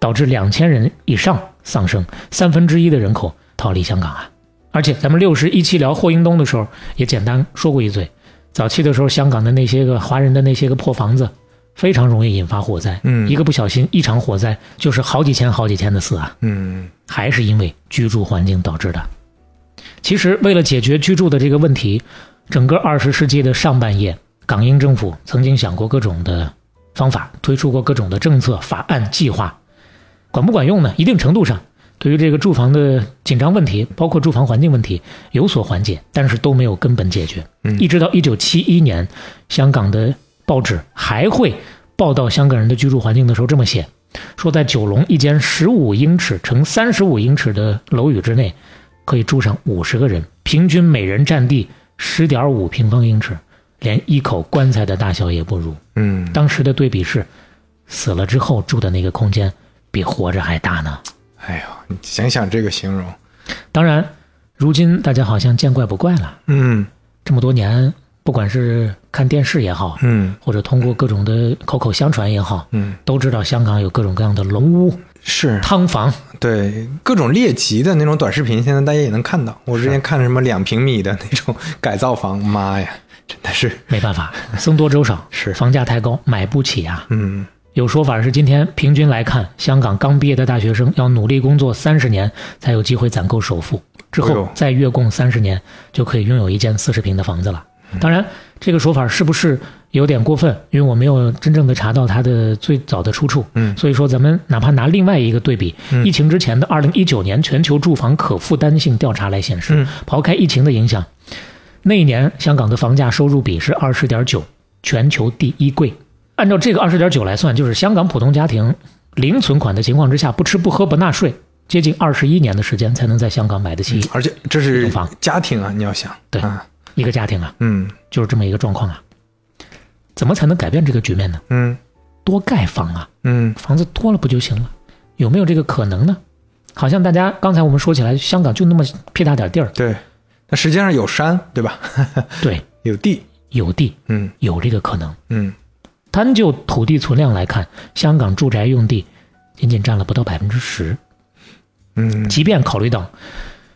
导致两千人以上丧生，三分之一的人口逃离香港啊！而且咱们六十一期聊霍英东的时候，也简单说过一嘴。早期的时候，香港的那些个华人的那些个破房子，非常容易引发火灾。嗯一个不小心，一场火灾就是好几千、好几千的死啊！嗯还是因为居住环境导致的。其实，为了解决居住的这个问题，整个二十世纪的上半叶，港英政府曾经想过各种的方法，推出过各种的政策、法案、计划，管不管用呢？一定程度上，对于这个住房的紧张问题，包括住房环境问题有所缓解，但是都没有根本解决。嗯一直到一九七一年，香港的报纸还会报道香港人的居住环境的时候这么写：说在九龙一间十五英尺乘三十五英尺的楼宇之内，可以住上五十个人，平均每人占地十点五平方英尺，连一口棺材的大小也不如。嗯，当时的对比是，死了之后住的那个空间比活着还大呢。哎呦，你想想这个形容，当然，如今大家好像见怪不怪了。嗯这么多年，不管是看电视也好，嗯或者通过各种的口口相传也好，嗯，都知道香港有各种各样的龙屋、是汤房，对各种猎奇的那种短视频，现在大家也能看到。我之前看什么两平米的那种 改造房，妈呀，真的是，没办法，僧多粥少，是房价太高，买不起啊。嗯有说法是，今天平均来看，香港刚毕业的大学生要努力工作三十年，才有机会攒够首付，之哎后呦再月供三十年，就可以拥有一间四十平的房子了。嗯当然，这个说法是不是有点过分？因为我没有真正的查到它的最早的出处。嗯所以说咱们哪怕拿另外一个对比，疫情之前的二零一九年全球住房可负担性调查来显示，嗯刨开疫情的影响，那一年香港的房价收入比是二十点九，全球第一贵。按照这个二十点九来算，就是香港普通家庭零存款的情况之下，不吃不喝不纳税，接近二十一年的时间才能在香港买得起而且这一是种房家庭啊，你要想，对啊，一个家庭啊，嗯就是这么一个状况啊。怎么才能改变这个局面呢？嗯多盖房啊！嗯房子多了不就行了？有没有这个可能呢？好像大家刚才我们说起来，香港就那么屁大点地儿，对，那实际上有山对吧？对，有地，有地嗯有这个可能。嗯单就土地存量来看，香港住宅用地仅仅占了不到百分之十。嗯即便考虑到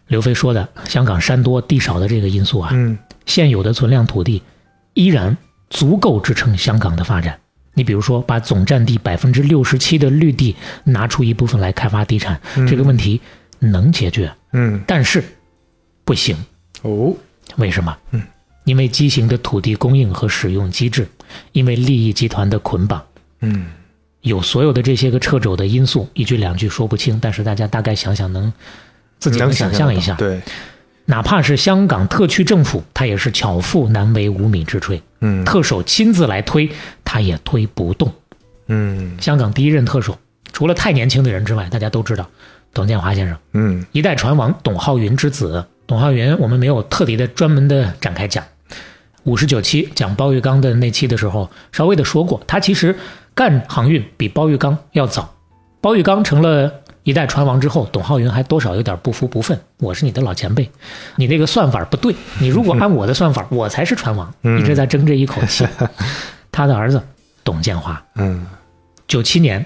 刘飞说的香港山多地少的这个因素啊，嗯现有的存量土地依然足够支撑香港的发展。你比如说，把总占地百分之六十七的绿地拿出一部分来开发地产，这个问题能解决。嗯，但是不行，哦，为什么？嗯，因为畸形的土地供应和使用机制，因为利益集团的捆绑，嗯有所有的这些个掣肘的因素，一句两句说不清，但是大家大概想想能自己能想象象得一到下，对，哪怕是香港特区政府，它也是巧妇难为无米之炊，嗯特首亲自来推，它也推不动。嗯香港第一任特首，除了太年轻的人之外，大家都知道董建华先生，嗯一代船王董浩云之子。董浩云，我们没有特地的专门的展开讲。五十九期讲包玉刚的那期的时候，稍微的说过，他其实干航运比包玉刚要早。包玉刚成了一代船王之后，董浩云还多少有点不服不忿。我是你的老前辈，你那个算法不对，你如果按我的算法，我才是船王，一直在争这一口气。他的儿子董建华嗯九七年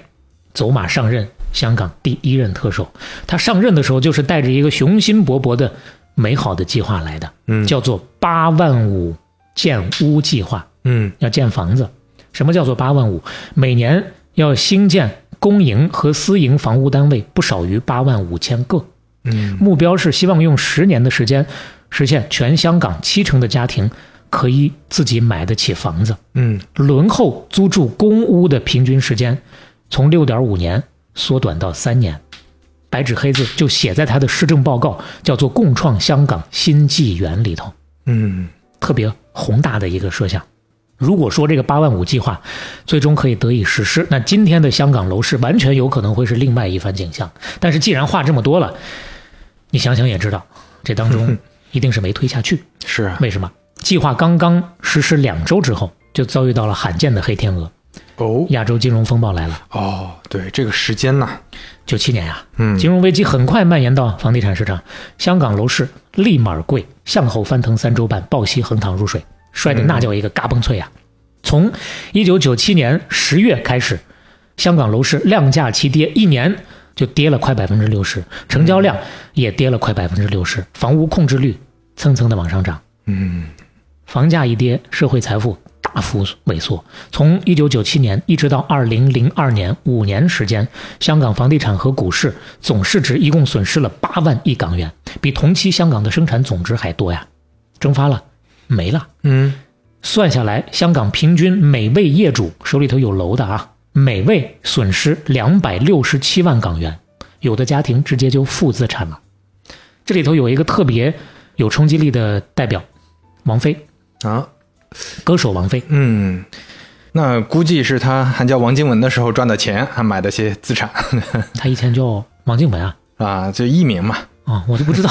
走马上任香港第一任特首。他上任的时候就是带着一个雄心勃勃的美好的计划来的，嗯叫做八万五建屋计划，嗯要建房子。什么叫做八万五？每年要新建公营和私营房屋单位不少于八万五千个。嗯目标是希望用十年的时间，实现全香港七成的家庭可以自己买得起房子。嗯轮候租住公屋的平均时间从六点五年缩短到三年，白纸黑字就写在他的施政报告，叫做《共创香港新纪元》里头，嗯特别宏大的一个设想。如果说这个八万五计划最终可以得以实施，那今天的香港楼市完全有可能会是另外一番景象。但是既然话这么多了，你想想也知道，这当中一定是没推下去。是啊为什么？计划刚刚实施两周之后，就遭遇到了罕见的黑天鹅，哦亚洲金融风暴来了。哦，对这个时间呐，九七年呀、嗯金融危机很快蔓延到房地产市场，香港楼市立马跪，向后翻腾三周半，抱膝横躺入水，摔得那叫一个嘎嘣脆呀、从一九九七年十月开始，香港楼市量价齐跌，一年就跌了快百分之六十，成交量也跌了快百分之六十，房屋控制率蹭蹭的往上涨。嗯房价一跌，社会财富大幅萎缩。从一九九七年一直到二零零二年五年时间，香港房地产和股市总市值一共损失了八万亿港元，比同期香港的生产总值还多呀！蒸发了，没了。嗯算下来，香港平均每位业主手里头有楼的啊，每位损失两百六十七万港元，有的家庭直接就负资产了。这里头有一个特别有冲击力的代表，王菲。啊歌手王菲，嗯，那估计是他还叫王金文的时候赚的钱，还买的些资产她以前叫王静文啊，啊，就艺名嘛。啊，我都不知道，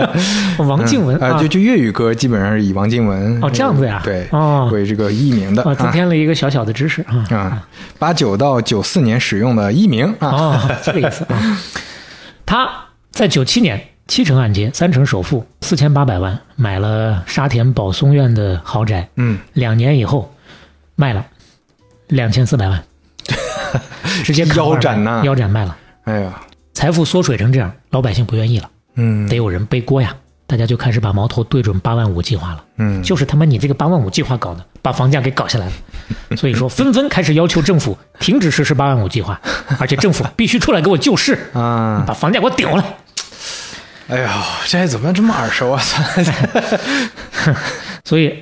王静文啊，啊就，就粤语歌基本上是以王静文哦这样子呀对哦为这个艺名的啊，增啊添了一个小小的知识啊，啊，八九到九四年使用的艺名啊，哦，这个意思啊。他在九七年七成按揭、三成首付、四千八百万买了沙田宝松苑的豪宅，嗯，两年以后卖了两千四百 万，直接砍半腰斩呐腰斩卖了，哎呀，财富缩水成这样，老百姓不愿意了，嗯得有人背锅呀，大家就开始把矛头对准八万五计划了。嗯，就是他妈你这个八万五计划搞的，把房价给搞下来了。所以说，纷纷开始要求政府停止实施八万五计划，而且政府必须出来给我救市，啊，把房价给我顶了。哎呀，这怎么这么耳熟啊？ 所以，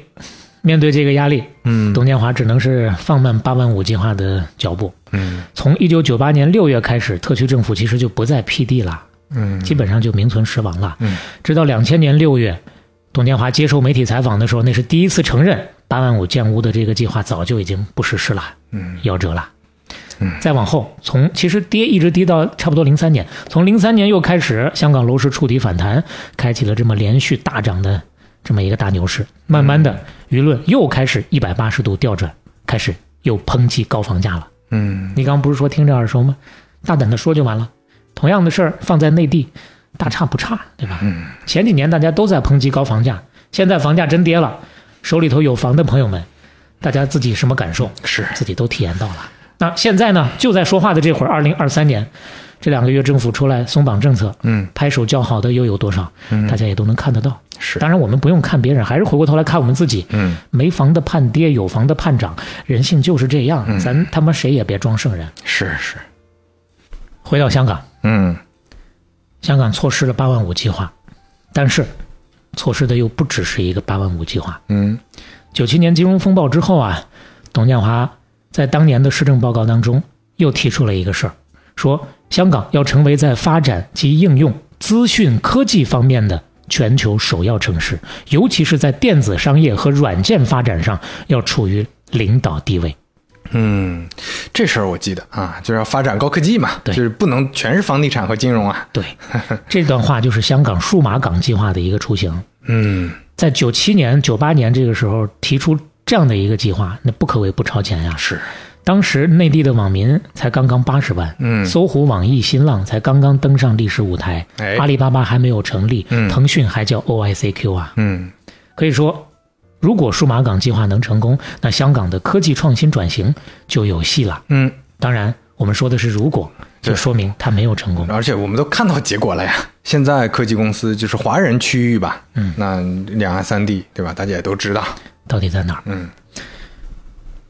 面对这个压力，嗯董建华只能是放慢八万五计划的脚步。嗯从一九九八年六月开始，特区政府其实就不再 PD 了，嗯基本上就名存实亡了。嗯直到两千年六月，董建华接受媒体采访的时候，那是第一次承认八万五建屋的这个计划早就已经不实施了。嗯夭折了。再往后，从其实跌一直跌到差不多零三年，从零三年又开始，香港楼市触底反弹，开启了这么连续大涨的这么一个大牛市。慢慢的，舆论又开始一百八十度调转，开始又抨击高房价了。嗯你刚刚不是说听着耳熟吗？大胆的说就完了。同样的事儿放在内地，大差不差，对吧？嗯前几年大家都在抨击高房价，现在房价真跌了，手里头有房的朋友们，大家自己什么感受？是，自己都体验到了。那现在呢，就在说话的这会儿，二零二三年这两个月政府出来松绑政策，嗯拍手叫好的又有多少？大家也都能看得到。是，当然，我们不用看别人，还是回过头来看我们自己。嗯没房的盼跌，有房的盼涨，人性就是这样。咱他妈谁也别装圣人。是是，回到香港，嗯香港错失了八万五计划，但是错失的又不只是一个八万五计划。嗯九七年金融风暴之后啊，董建华在当年的施政报告当中又提出了一个事儿，说香港要成为在发展及应用资讯科技方面的全球首要城市，尤其是在电子商业和软件发展上要处于领导地位。嗯，这事儿我记得啊，就是要发展高科技嘛，对就是不能全是房地产和金融啊。对，这段话就是香港数码港计划的一个雏形。嗯，在九七年、九八年这个时候提出这样的一个计划，那不可谓不超前呀、是，当时内地的网民才刚刚八十万，嗯搜狐、网易、新浪才刚刚登上历史舞台，哎阿里巴巴还没有成立，嗯腾讯还叫 OICQ 啊。嗯可以说，如果数码港计划能成功，那香港的科技创新转型就有戏了。嗯，当然，我们说的是如果，就对说明它没有成功。而且我们都看到结果了呀。现在科技公司就是华人区域吧，嗯，那两岸三地对吧？大家也都知道，到底在哪儿？嗯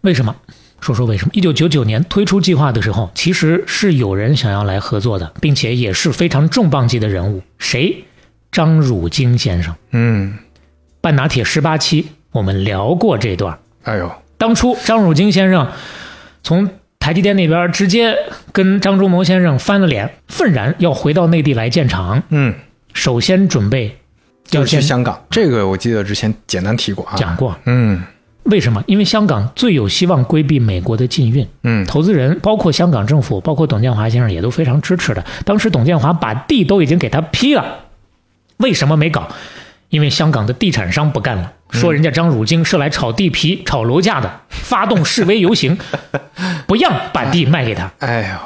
为什么？说说为什么？一九九九年推出计划的时候，其实是有人想要来合作的，并且也是非常重磅级的人物，谁？张汝京先生。嗯，半拿铁十八期，我们聊过这段儿。哎呦，当初张汝京先生从台积电那边直接跟张忠谋先生翻了脸，愤然要回到内地来建厂，嗯，首先准备就要是去先香港，这个我记得之前简单提过啊。讲过，嗯为什么？因为香港最有希望规避美国的禁运，嗯投资人包括香港政府，包括董建华先生也都非常支持的。当时董建华把地都已经给他批了，为什么没搞？因为香港的地产商不干了，说人家张汝京是来炒地皮、炒楼价的，发动示威游行，不让把地卖给他，哎呦，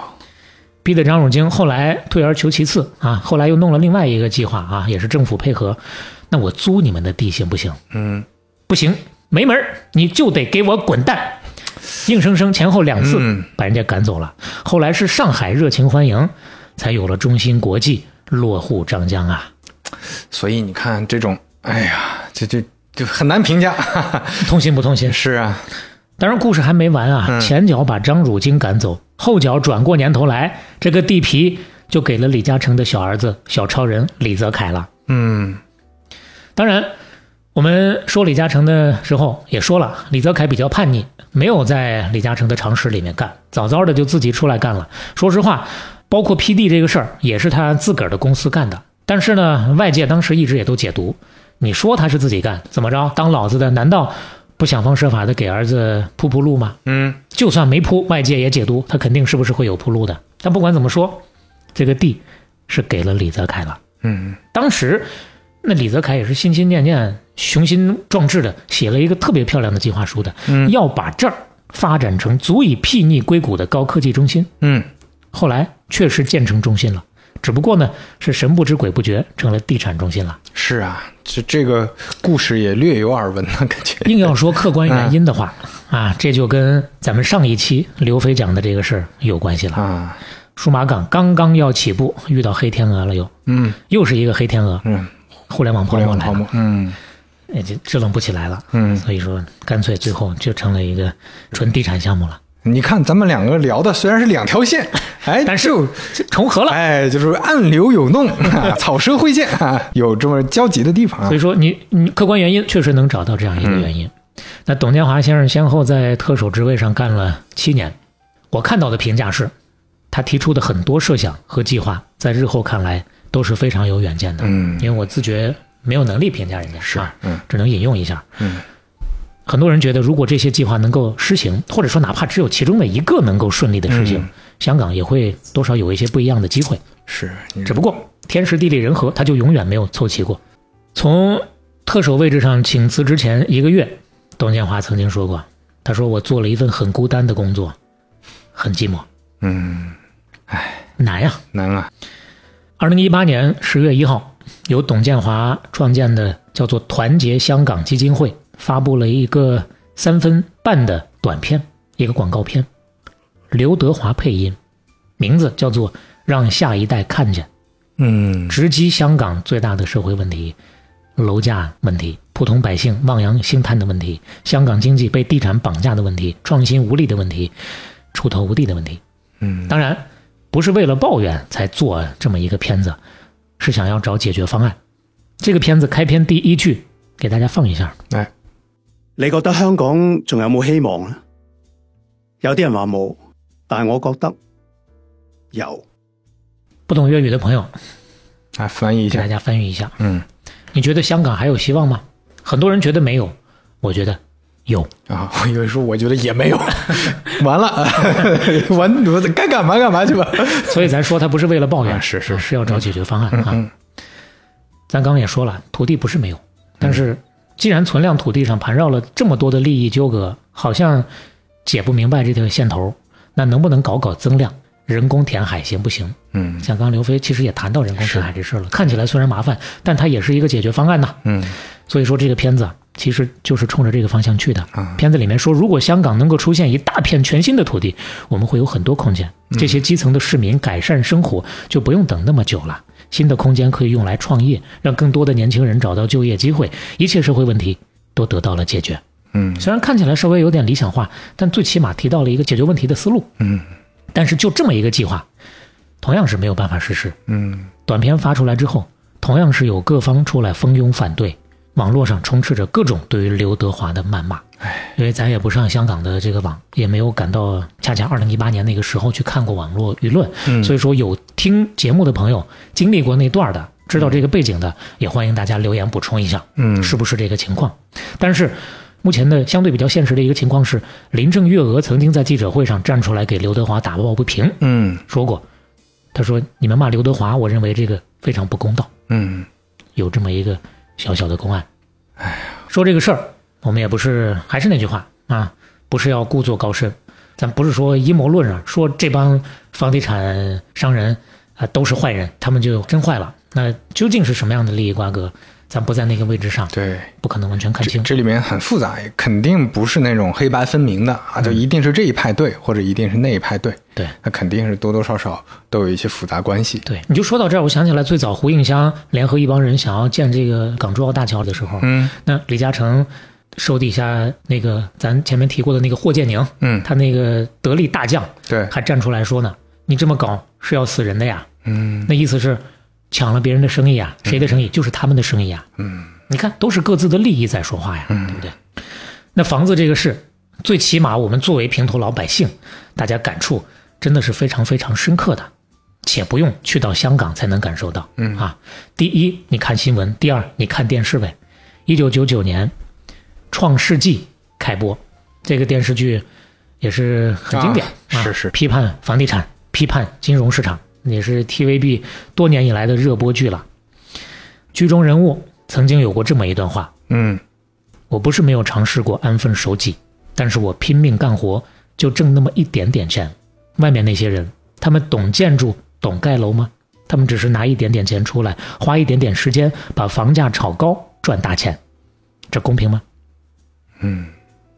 逼得张汝京后来退而求其次啊，后来又弄了另外一个计划啊，也是政府配合，那我租你们的地行不行？嗯不行，没门儿，你就得给我滚蛋！硬生生前后两次嗯把人家赶走了。后来是上海热情欢迎，才有了中芯国际落户张江啊。所以你看这种，哎呀，这这就很难评价。 哈哈痛心不痛心？是啊，当然，故事还没完啊。嗯前脚把张汝京赶走，后脚转过年头来，这个地皮就给了李嘉诚的小儿子小超人李泽楷了。嗯当然，我们说李嘉诚的时候也说了，李泽楷比较叛逆，没有在李嘉诚的常识里面干，早早的就自己出来干了。说实话，包括 PD 这个事儿，也是他自个儿的公司干的。但是呢，外界当时一直也都解读，你说他是自己干，怎么着？当老子的难道不想方设法的给儿子铺铺路吗？嗯就算没铺，外界也解读他肯定是不是会有铺路的。但不管怎么说，这个地是给了李泽楷了。嗯，当时那李泽楷也是心心念念、雄心壮志的，写了一个特别漂亮的计划书的，嗯要把这儿发展成足以睥睨硅谷的高科技中心。嗯后来确实建成中心了，只不过呢是神不知鬼不觉成了地产中心了。是啊，这这个故事也略有耳闻的感觉。硬要说客观原因的 话，啊，这就跟咱们上一期刘飞讲的这个事儿有关系了。啊，数码港刚刚要起步，遇到黑天鹅了又，嗯又是一个黑天鹅，嗯，互联网互泡联沫网来泡了沫，，嗯哎，这支棱不起来了。嗯，所以说干脆最后就成了一个纯地产项目了，你看咱们两个聊的虽然是两条线， 哎，但是就重合了。哎就是暗流涌动， 啊草蛇灰线啊，有这么交集的地方啊所以。说你你客观原因确实能找到这样一个原因。嗯那董建华先生先后在特首职位上干了七年，我看到的评价是，他提出的很多设想和计划，在日后看来都是非常有远见的。嗯因为我自觉没有能力评价人家，是啊，嗯只能引用一下。嗯，很多人觉得，如果这些计划能够施行，或者说哪怕只有其中的一个能够顺利的实行，嗯香港也会多少有一些不一样的机会。是，你只不过天时地利人和，他就永远没有凑齐过。从特首位置上请辞之前一个月，董建华曾经说过，他说我做了一份很孤单的工作，很寂寞，嗯难呀、难啊，二零一八年十月一号，由董建华创建的叫做“团结香港基金会”发布了一个三分半的短片，一个广告片，刘德华配音，名字叫做《让下一代看见》，嗯直击香港最大的社会问题：楼价问题、普通百姓望洋兴叹的问题、香港经济被地产绑架的问题、创新无力的问题、出头无地的问题。嗯当然不是为了抱怨才做这么一个片子，是想要找解决方案。这个片子开篇第一句给大家放一下，哎你觉得香港仲有冇希望呢？有啲人话冇，但系我觉得有。不懂粤语的朋友啊，翻译一给大下，家翻译一下。嗯你觉得香港还有希望吗？很多人觉得没有，我觉得 有。啊，我以为说我觉得也没有， 完了， 完犊子，该干嘛干嘛去吧。所以咱说他不是为了抱怨，啊是是啊是要找解决方案啊。嗯咱刚刚也说了，土地不是没有，但是既然存量土地上盘绕了这么多的利益纠葛，好像解不明白这条线头，那能不能搞搞增量，人工填海行不行？嗯像刚刚刘飞其实也谈到人工填海这事儿了，看起来虽然麻烦，但它也是一个解决方案呐。嗯所以说这个片子啊其实就是冲着这个方向去的。啊片子里面说，如果香港能够出现一大片全新的土地，我们会有很多空间。嗯这些基层的市民改善生活就不用等那么久了。新的空间可以用来创业，让更多的年轻人找到就业机会，一切社会问题都得到了解决。嗯虽然看起来稍微有点理想化，但最起码提到了一个解决问题的思路。嗯但是就这么一个计划，同样是没有办法实施。嗯短片发出来之后，同样是有各方出来蜂拥反对，网络上充斥着各种对于刘德华的谩骂。因为咱也不上香港的这个网，也没有赶到恰恰二零一八年那个时候去看过网络舆论，所以说有听节目的朋友经历过那段儿的，知道这个背景的，也欢迎大家留言补充一下。嗯是不是这个情况？但是目前的相对比较现实的一个情况是，林郑月娥曾经在记者会上站出来给刘德华打抱不平，嗯说过，他说你们骂刘德华，我认为这个非常不公道，嗯有这么一个小小的公案。哎，说这个事儿，我们也不是，还是那句话啊，不是要故作高深，咱不是说阴谋论啊，说这帮房地产商人啊都是坏人，他们就真坏了。那究竟是什么样的利益瓜葛，咱不在那个位置上，对。不可能完全看清。这里面很复杂，肯定不是那种黑白分明的啊，就一定是这一派对，或者一定是那一派对，对它肯定是多多少少都有一些复杂关系。对，你就说到这儿，我想起来最早胡应湘联合一帮人想要建这个港珠澳大桥的时候，嗯那李嘉诚手底下那个咱前面提过的那个霍建宁，嗯，他那个得力大将对，还站出来说呢：“你这么搞是要死人的呀！”嗯那意思是抢了别人的生意啊，谁的生意？就是他们的生意啊。嗯你看，都是各自的利益在说话呀，对不对？那房子这个事，最起码我们作为平头老百姓，大家感触真的是非常非常深刻的，且不用去到香港才能感受到。嗯啊，第一，你看新闻；第二，你看电视呗。一九九九年，《创世纪》开播，这个电视剧也是很经典，啊是是批判房地产，批判金融市场，也是 TVB 多年以来的热播剧了。剧中人物曾经有过这么一段话：嗯我不是没有尝试过安分守己，但是我拼命干活，就挣那么一点点钱。外面那些人，他们懂建筑、懂盖楼吗？他们只是拿一点点钱出来，花一点点时间把房价炒高，赚大钱，这公平吗？嗯，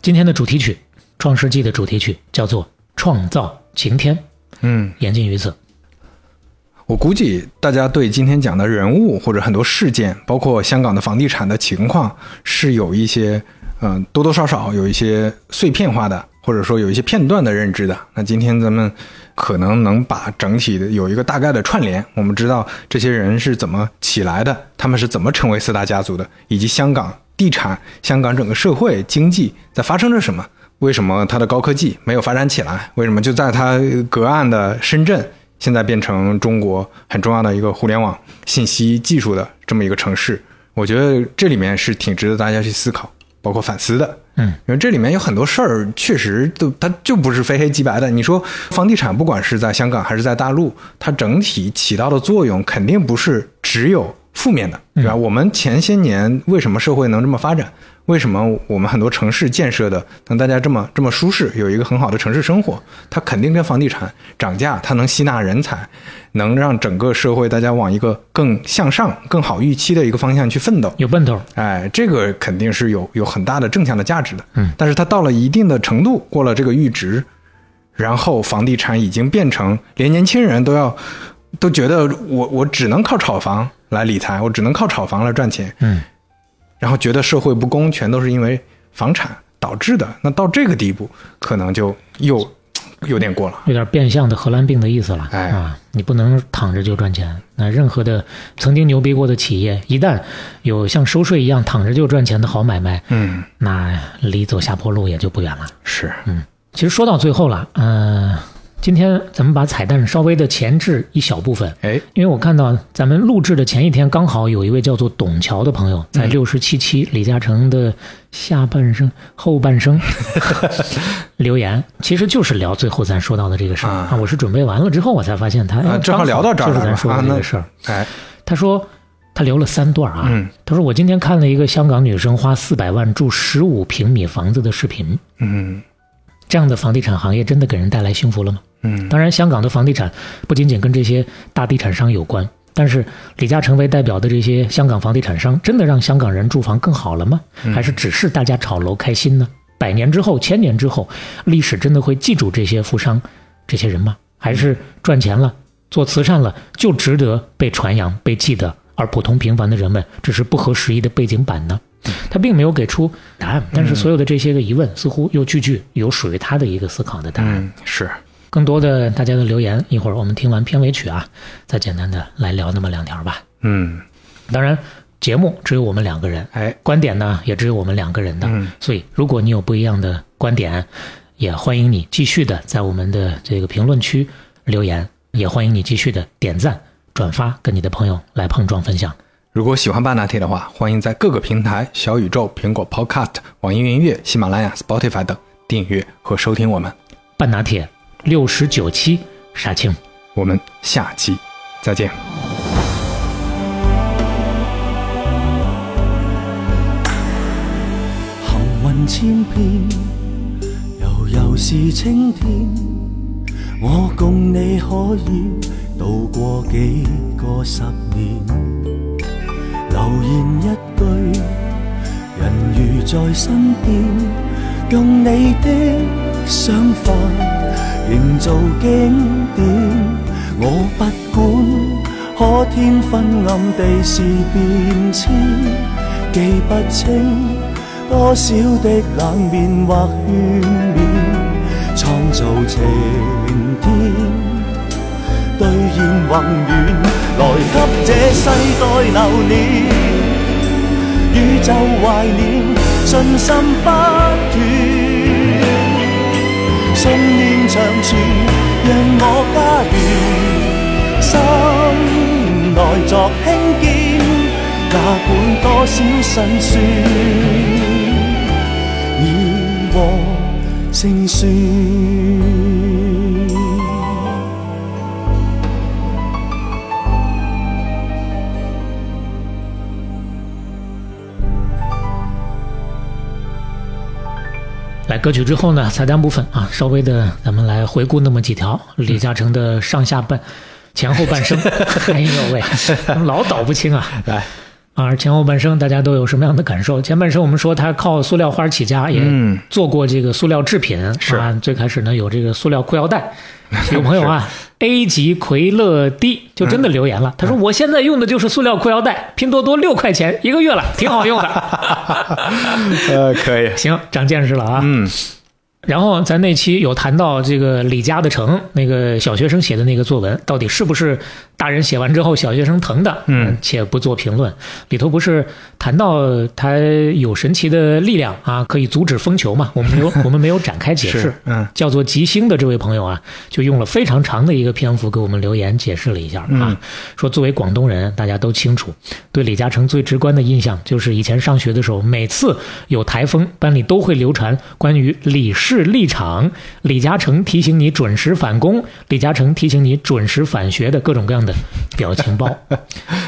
今天的主题曲《创世纪》的主题曲叫做《创造晴天》，嗯，言尽于此。我估计大家对今天讲的人物或者很多事件，包括香港的房地产的情况，是有一些嗯、呃多多少少有一些碎片化的，或者说有一些片段的认知的。那今天咱们可能能把整体的有一个大概的串联，我们知道这些人是怎么起来的，他们是怎么成为四大家族的，以及香港地产、香港整个社会经济在发生着什么。为什么它的高科技没有发展起来？为什么就在它隔岸的深圳，现在变成中国很重要的一个互联网信息技术的这么一个城市？我觉得这里面是挺值得大家去思考，包括反思的。嗯，因为这里面有很多事儿，确实都它就不是非黑即白的。你说房地产，不管是在香港还是在大陆，它整体起到的作用肯定不是只有负面的，对吧？我们前些年为什么社会能这么发展？为什么我们很多城市建设的能大家这么这么舒适，有一个很好的城市生活？它肯定跟房地产涨价，它能吸纳人才，能让整个社会大家往一个更向上、更好预期的一个方向去奋斗。有奔头，哎，这个肯定是有有很大的正向的价值的。嗯，但是它到了一定的程度，过了这个阈值，然后房地产已经变成连年轻人都要都觉得我我只能靠炒房来理财，我只能靠炒房来赚钱，嗯，然后觉得社会不公全都是因为房产导致的。那到这个地步，可能就又有点过了。有点变相的荷兰病的意思了。哎啊，你不能躺着就赚钱。那任何的曾经牛逼过的企业，一旦有像收税一样躺着就赚钱的好买卖，嗯，那离走下坡路也就不远了。是，其实说到最后了，嗯、今天咱们把彩蛋稍微的前置一小部分，哎，因为我看到咱们录制的前一天，刚好有一位叫做董桥的朋嗯友，在六十七期李嘉诚的下半生、后半 生留言，其实就是聊最后咱说到的这个事儿啊我是准备完了之后，我才发现他啊哎正好聊到这儿就是了咱是说吧的啊这那个事儿。哎，他说他留了三段啊，嗯他说我今天看了一个香港女生花四百万住十五平米房子的视频，嗯这样的房地产行业真的给人带来幸福了吗？嗯当然，香港的房地产不仅仅跟这些大地产商有关，但是李嘉诚为代表的这些香港房地产商，真的让香港人住房更好了吗？还是只是大家炒楼开心呢？百年之后、千年之后，历史真的会记住这些富商、这些人吗？还是赚钱了、做慈善了，就值得被传扬、被记得，而普通平凡的人们只是不合时宜的背景板呢？他并没有给出答案，但是所有的这些个疑问，似乎又句句有属于他的一个思考的答案。嗯，是，更多的大家的留言，一会儿我们听完片尾曲啊，再简单的来聊那么两条吧。嗯，当然，节目只有我们两个人，哎，观点呢也只有我们两个人的，嗯所以如果你有不一样的观点，也欢迎你继续的在我们的这个评论区留言，也欢迎你继续的点赞、转发，跟你的朋友来碰撞分享。如果喜欢半拿铁的话，欢迎在各个平台小宇宙、苹果 Podcast、网易云音乐、喜马拉雅、Spotify 等订阅和收听我们。半拿铁六十九期杀青。我们下期再见。行云千遍，悠悠是青天。我共你可以度过几个十年，留言一句，人如在身边，用你的想法营造经典。我不管可天昏暗地是变迁。记不清多少的冷面或勸勉，創造晴天，兑現宏願，來給這世代留念。宇宙懷念，信心不斷，信念長存，讓我家園。心內作輕建，哪管多少辛酸，以往勝算。来歌曲之后呢，彩蛋部分啊，稍微的咱们来回顾那么几条嗯李嘉诚的上下半、前后半 生。哎呦喂，老倒不清啊！来，啊，前后半生大家都有什么样的感受？前半生我们说他靠塑料花起家，也嗯做过这个塑料制品，是啊，最开始呢有这个塑料裤腰 带。有朋友啊，A 级奎乐 D 就真的嗯留言了，他说我现在用的就是塑料裤腰带，拼多多六块钱一个月了，挺好用的。呃，可以，行，长见识了啊。嗯，然后咱那期有谈到这个李嘉的疼，那个小学生写的那个作文，到底是不是大人写完之后小学生疼的？嗯，且不做评论。里头不是谈到他有神奇的力量啊，可以阻止风球嘛？我们没 有，我们没有展开解释是。，嗯叫做吉星的这位朋友啊，就用了非常长的一个篇幅给我们留言解释了一下啊，嗯说作为广东人，大家都清楚，对李嘉诚最直观的印象就是以前上学的时候，每次有台风，班里都会流传关于李氏立场、李嘉诚提醒你准时返工、李嘉诚提醒你准时返学的各种各样的表情 包。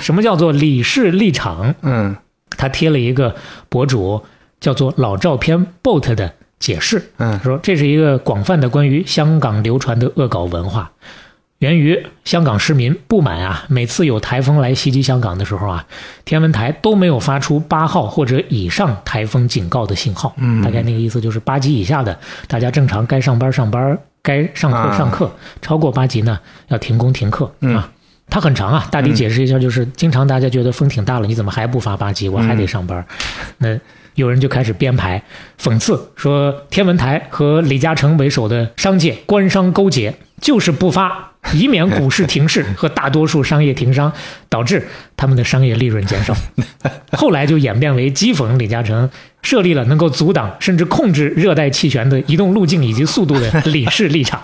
什么叫做李氏立场？嗯他贴了一个博主叫做老照片 bot 的解释，嗯他说这是一个广泛的关于香港流传的恶搞文化，源于香港市民不满啊，每次有台风来袭击香港的时候啊，天文台都没有发出八号或者以上台风警告的信号，嗯大概那个意思就是八级以下的，大家正常该上班上班，该上课啊上课，超过八级呢要停工停课、嗯啊。它很长啊，大体解释一下，就是经常大家觉得风挺大了，你怎么还不发八级？我还嗯得上班。那有人就开始编排讽刺，说天文台和李嘉诚为首的商界官商勾结，就是不发，以免股市停市和大多数商业停商，导致他们的商业利润减少。后来就演变为讥讽李嘉诚设立了能够 阻挡甚至控制热带气旋的移动路径以及速度的李氏立场。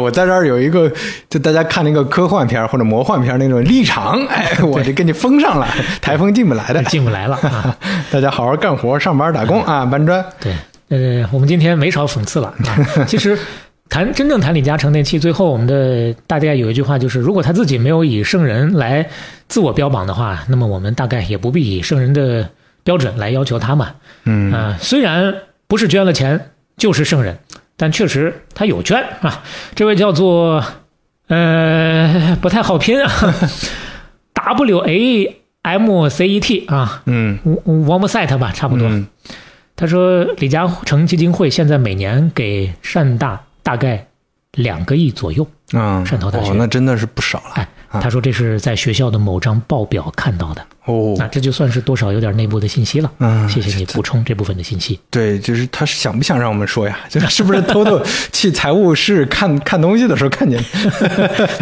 我在这儿有一个，就大家看那个科幻片儿或者魔幻片儿那种立场，哎，我这给你封上了，台风进不来的。进不来了啊。大家好好干活，上班打工啊，搬砖。对，呃，我们今天没少讽刺了啊。其实谈真正谈李嘉诚那期，最后我们的大概有一句话就是，如果他自己没有以圣人来自我标榜的话，那么我们大概也不必以圣人的标准来要求他嘛。嗯啊，虽然不是捐了钱就是圣人，但确实他有捐啊。这位叫做呃不太好拼啊，W A M C E T 啊，嗯， w a m s i t 吧，差不多。嗯他说，李嘉诚基金会现在每年给善大大概两个亿左右。嗯，汕头大学哦，那真的是不少了哎，他说这是在学校的某张报表看到的，哦那。这就算是多少有点内部的信息了。嗯谢谢你补充这部分的信息。 对，就是他想不想让我们说呀？ 就是是不是偷偷去财务室看 看东西的时候看见？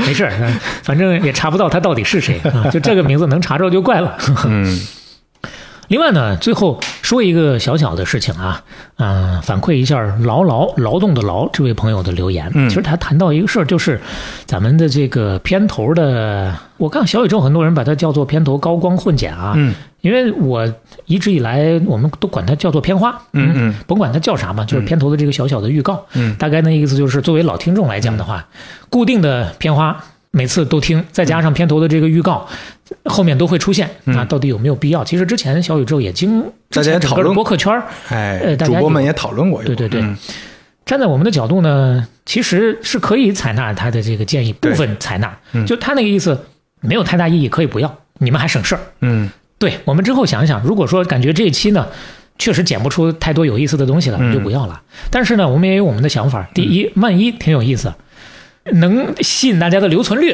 没事儿，嗯反正也查不到他到底是谁啊，就这个名字能查着就怪了。 嗯另外呢，最后说一个小小的事情啊，嗯、反馈一下劳劳劳动的劳这位朋友的留言。嗯其实他谈到一个事儿，就是咱们的这个片头的，我看小宇宙很多人把它叫做片头高光混剪啊，嗯因为我一直以来我们都管它叫做片花，嗯嗯，甭管它叫啥嘛，就是片头的这个小小的预告，嗯大概那意思就是，作为老听众来讲的话，固定的片花每次都听，再加上片头的这个预告，嗯后面都会出现啊，到底有没有必要？其实之前小宇宙也经大家也之前整讨个论博客圈儿 哎，呃大主家播们有也讨论过一对对波，对嗯站在我们的角度呢，其实是可以采纳他的这个建议，部分采纳，就他那个意思没有太大意义，可以不要，你们还省事儿。嗯对我们之后想一想，如果说感觉这一期呢，确实剪不出太多有意思的东西了，我们就不要了。但是呢，我们也有我们的想法。第一，万一挺有意思，能吸引大家的留存率，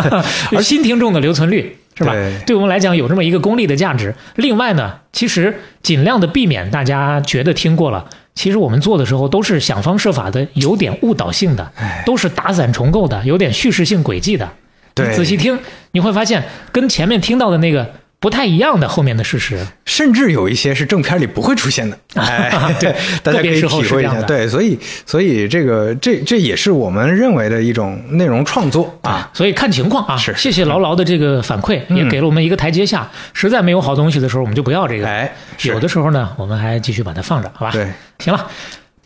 而新听众的留存率。是吧？对对我们来讲有这么一个功利的价值。另外呢，其实尽量的避免大家觉得听过了，其实我们做的时候都是想方设法的，有点误导性的，都是打散重构的，有点叙事性轨迹的。对你仔细听，你会发现跟前面听到的那个不太一样的后面的事实。甚至有一些是正片里不会出 现的，哎， 对，大家可以特别体是后会是一这样下。的对，所以所以这个这这也是我们认为的一种内容创作啊。所以看情况啊，是嗯谢谢牢牢的这个反馈，也给了我们一个台阶下。实在没有好东西的时候，我们就不要这个。哎，是有的时候呢，我们还继续把它放着，好吧？对，行了，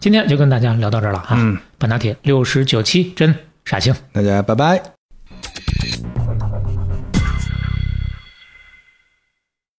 今天就跟大家聊到这儿了啊。嗯，半打铁六十九期真傻星。大家拜拜。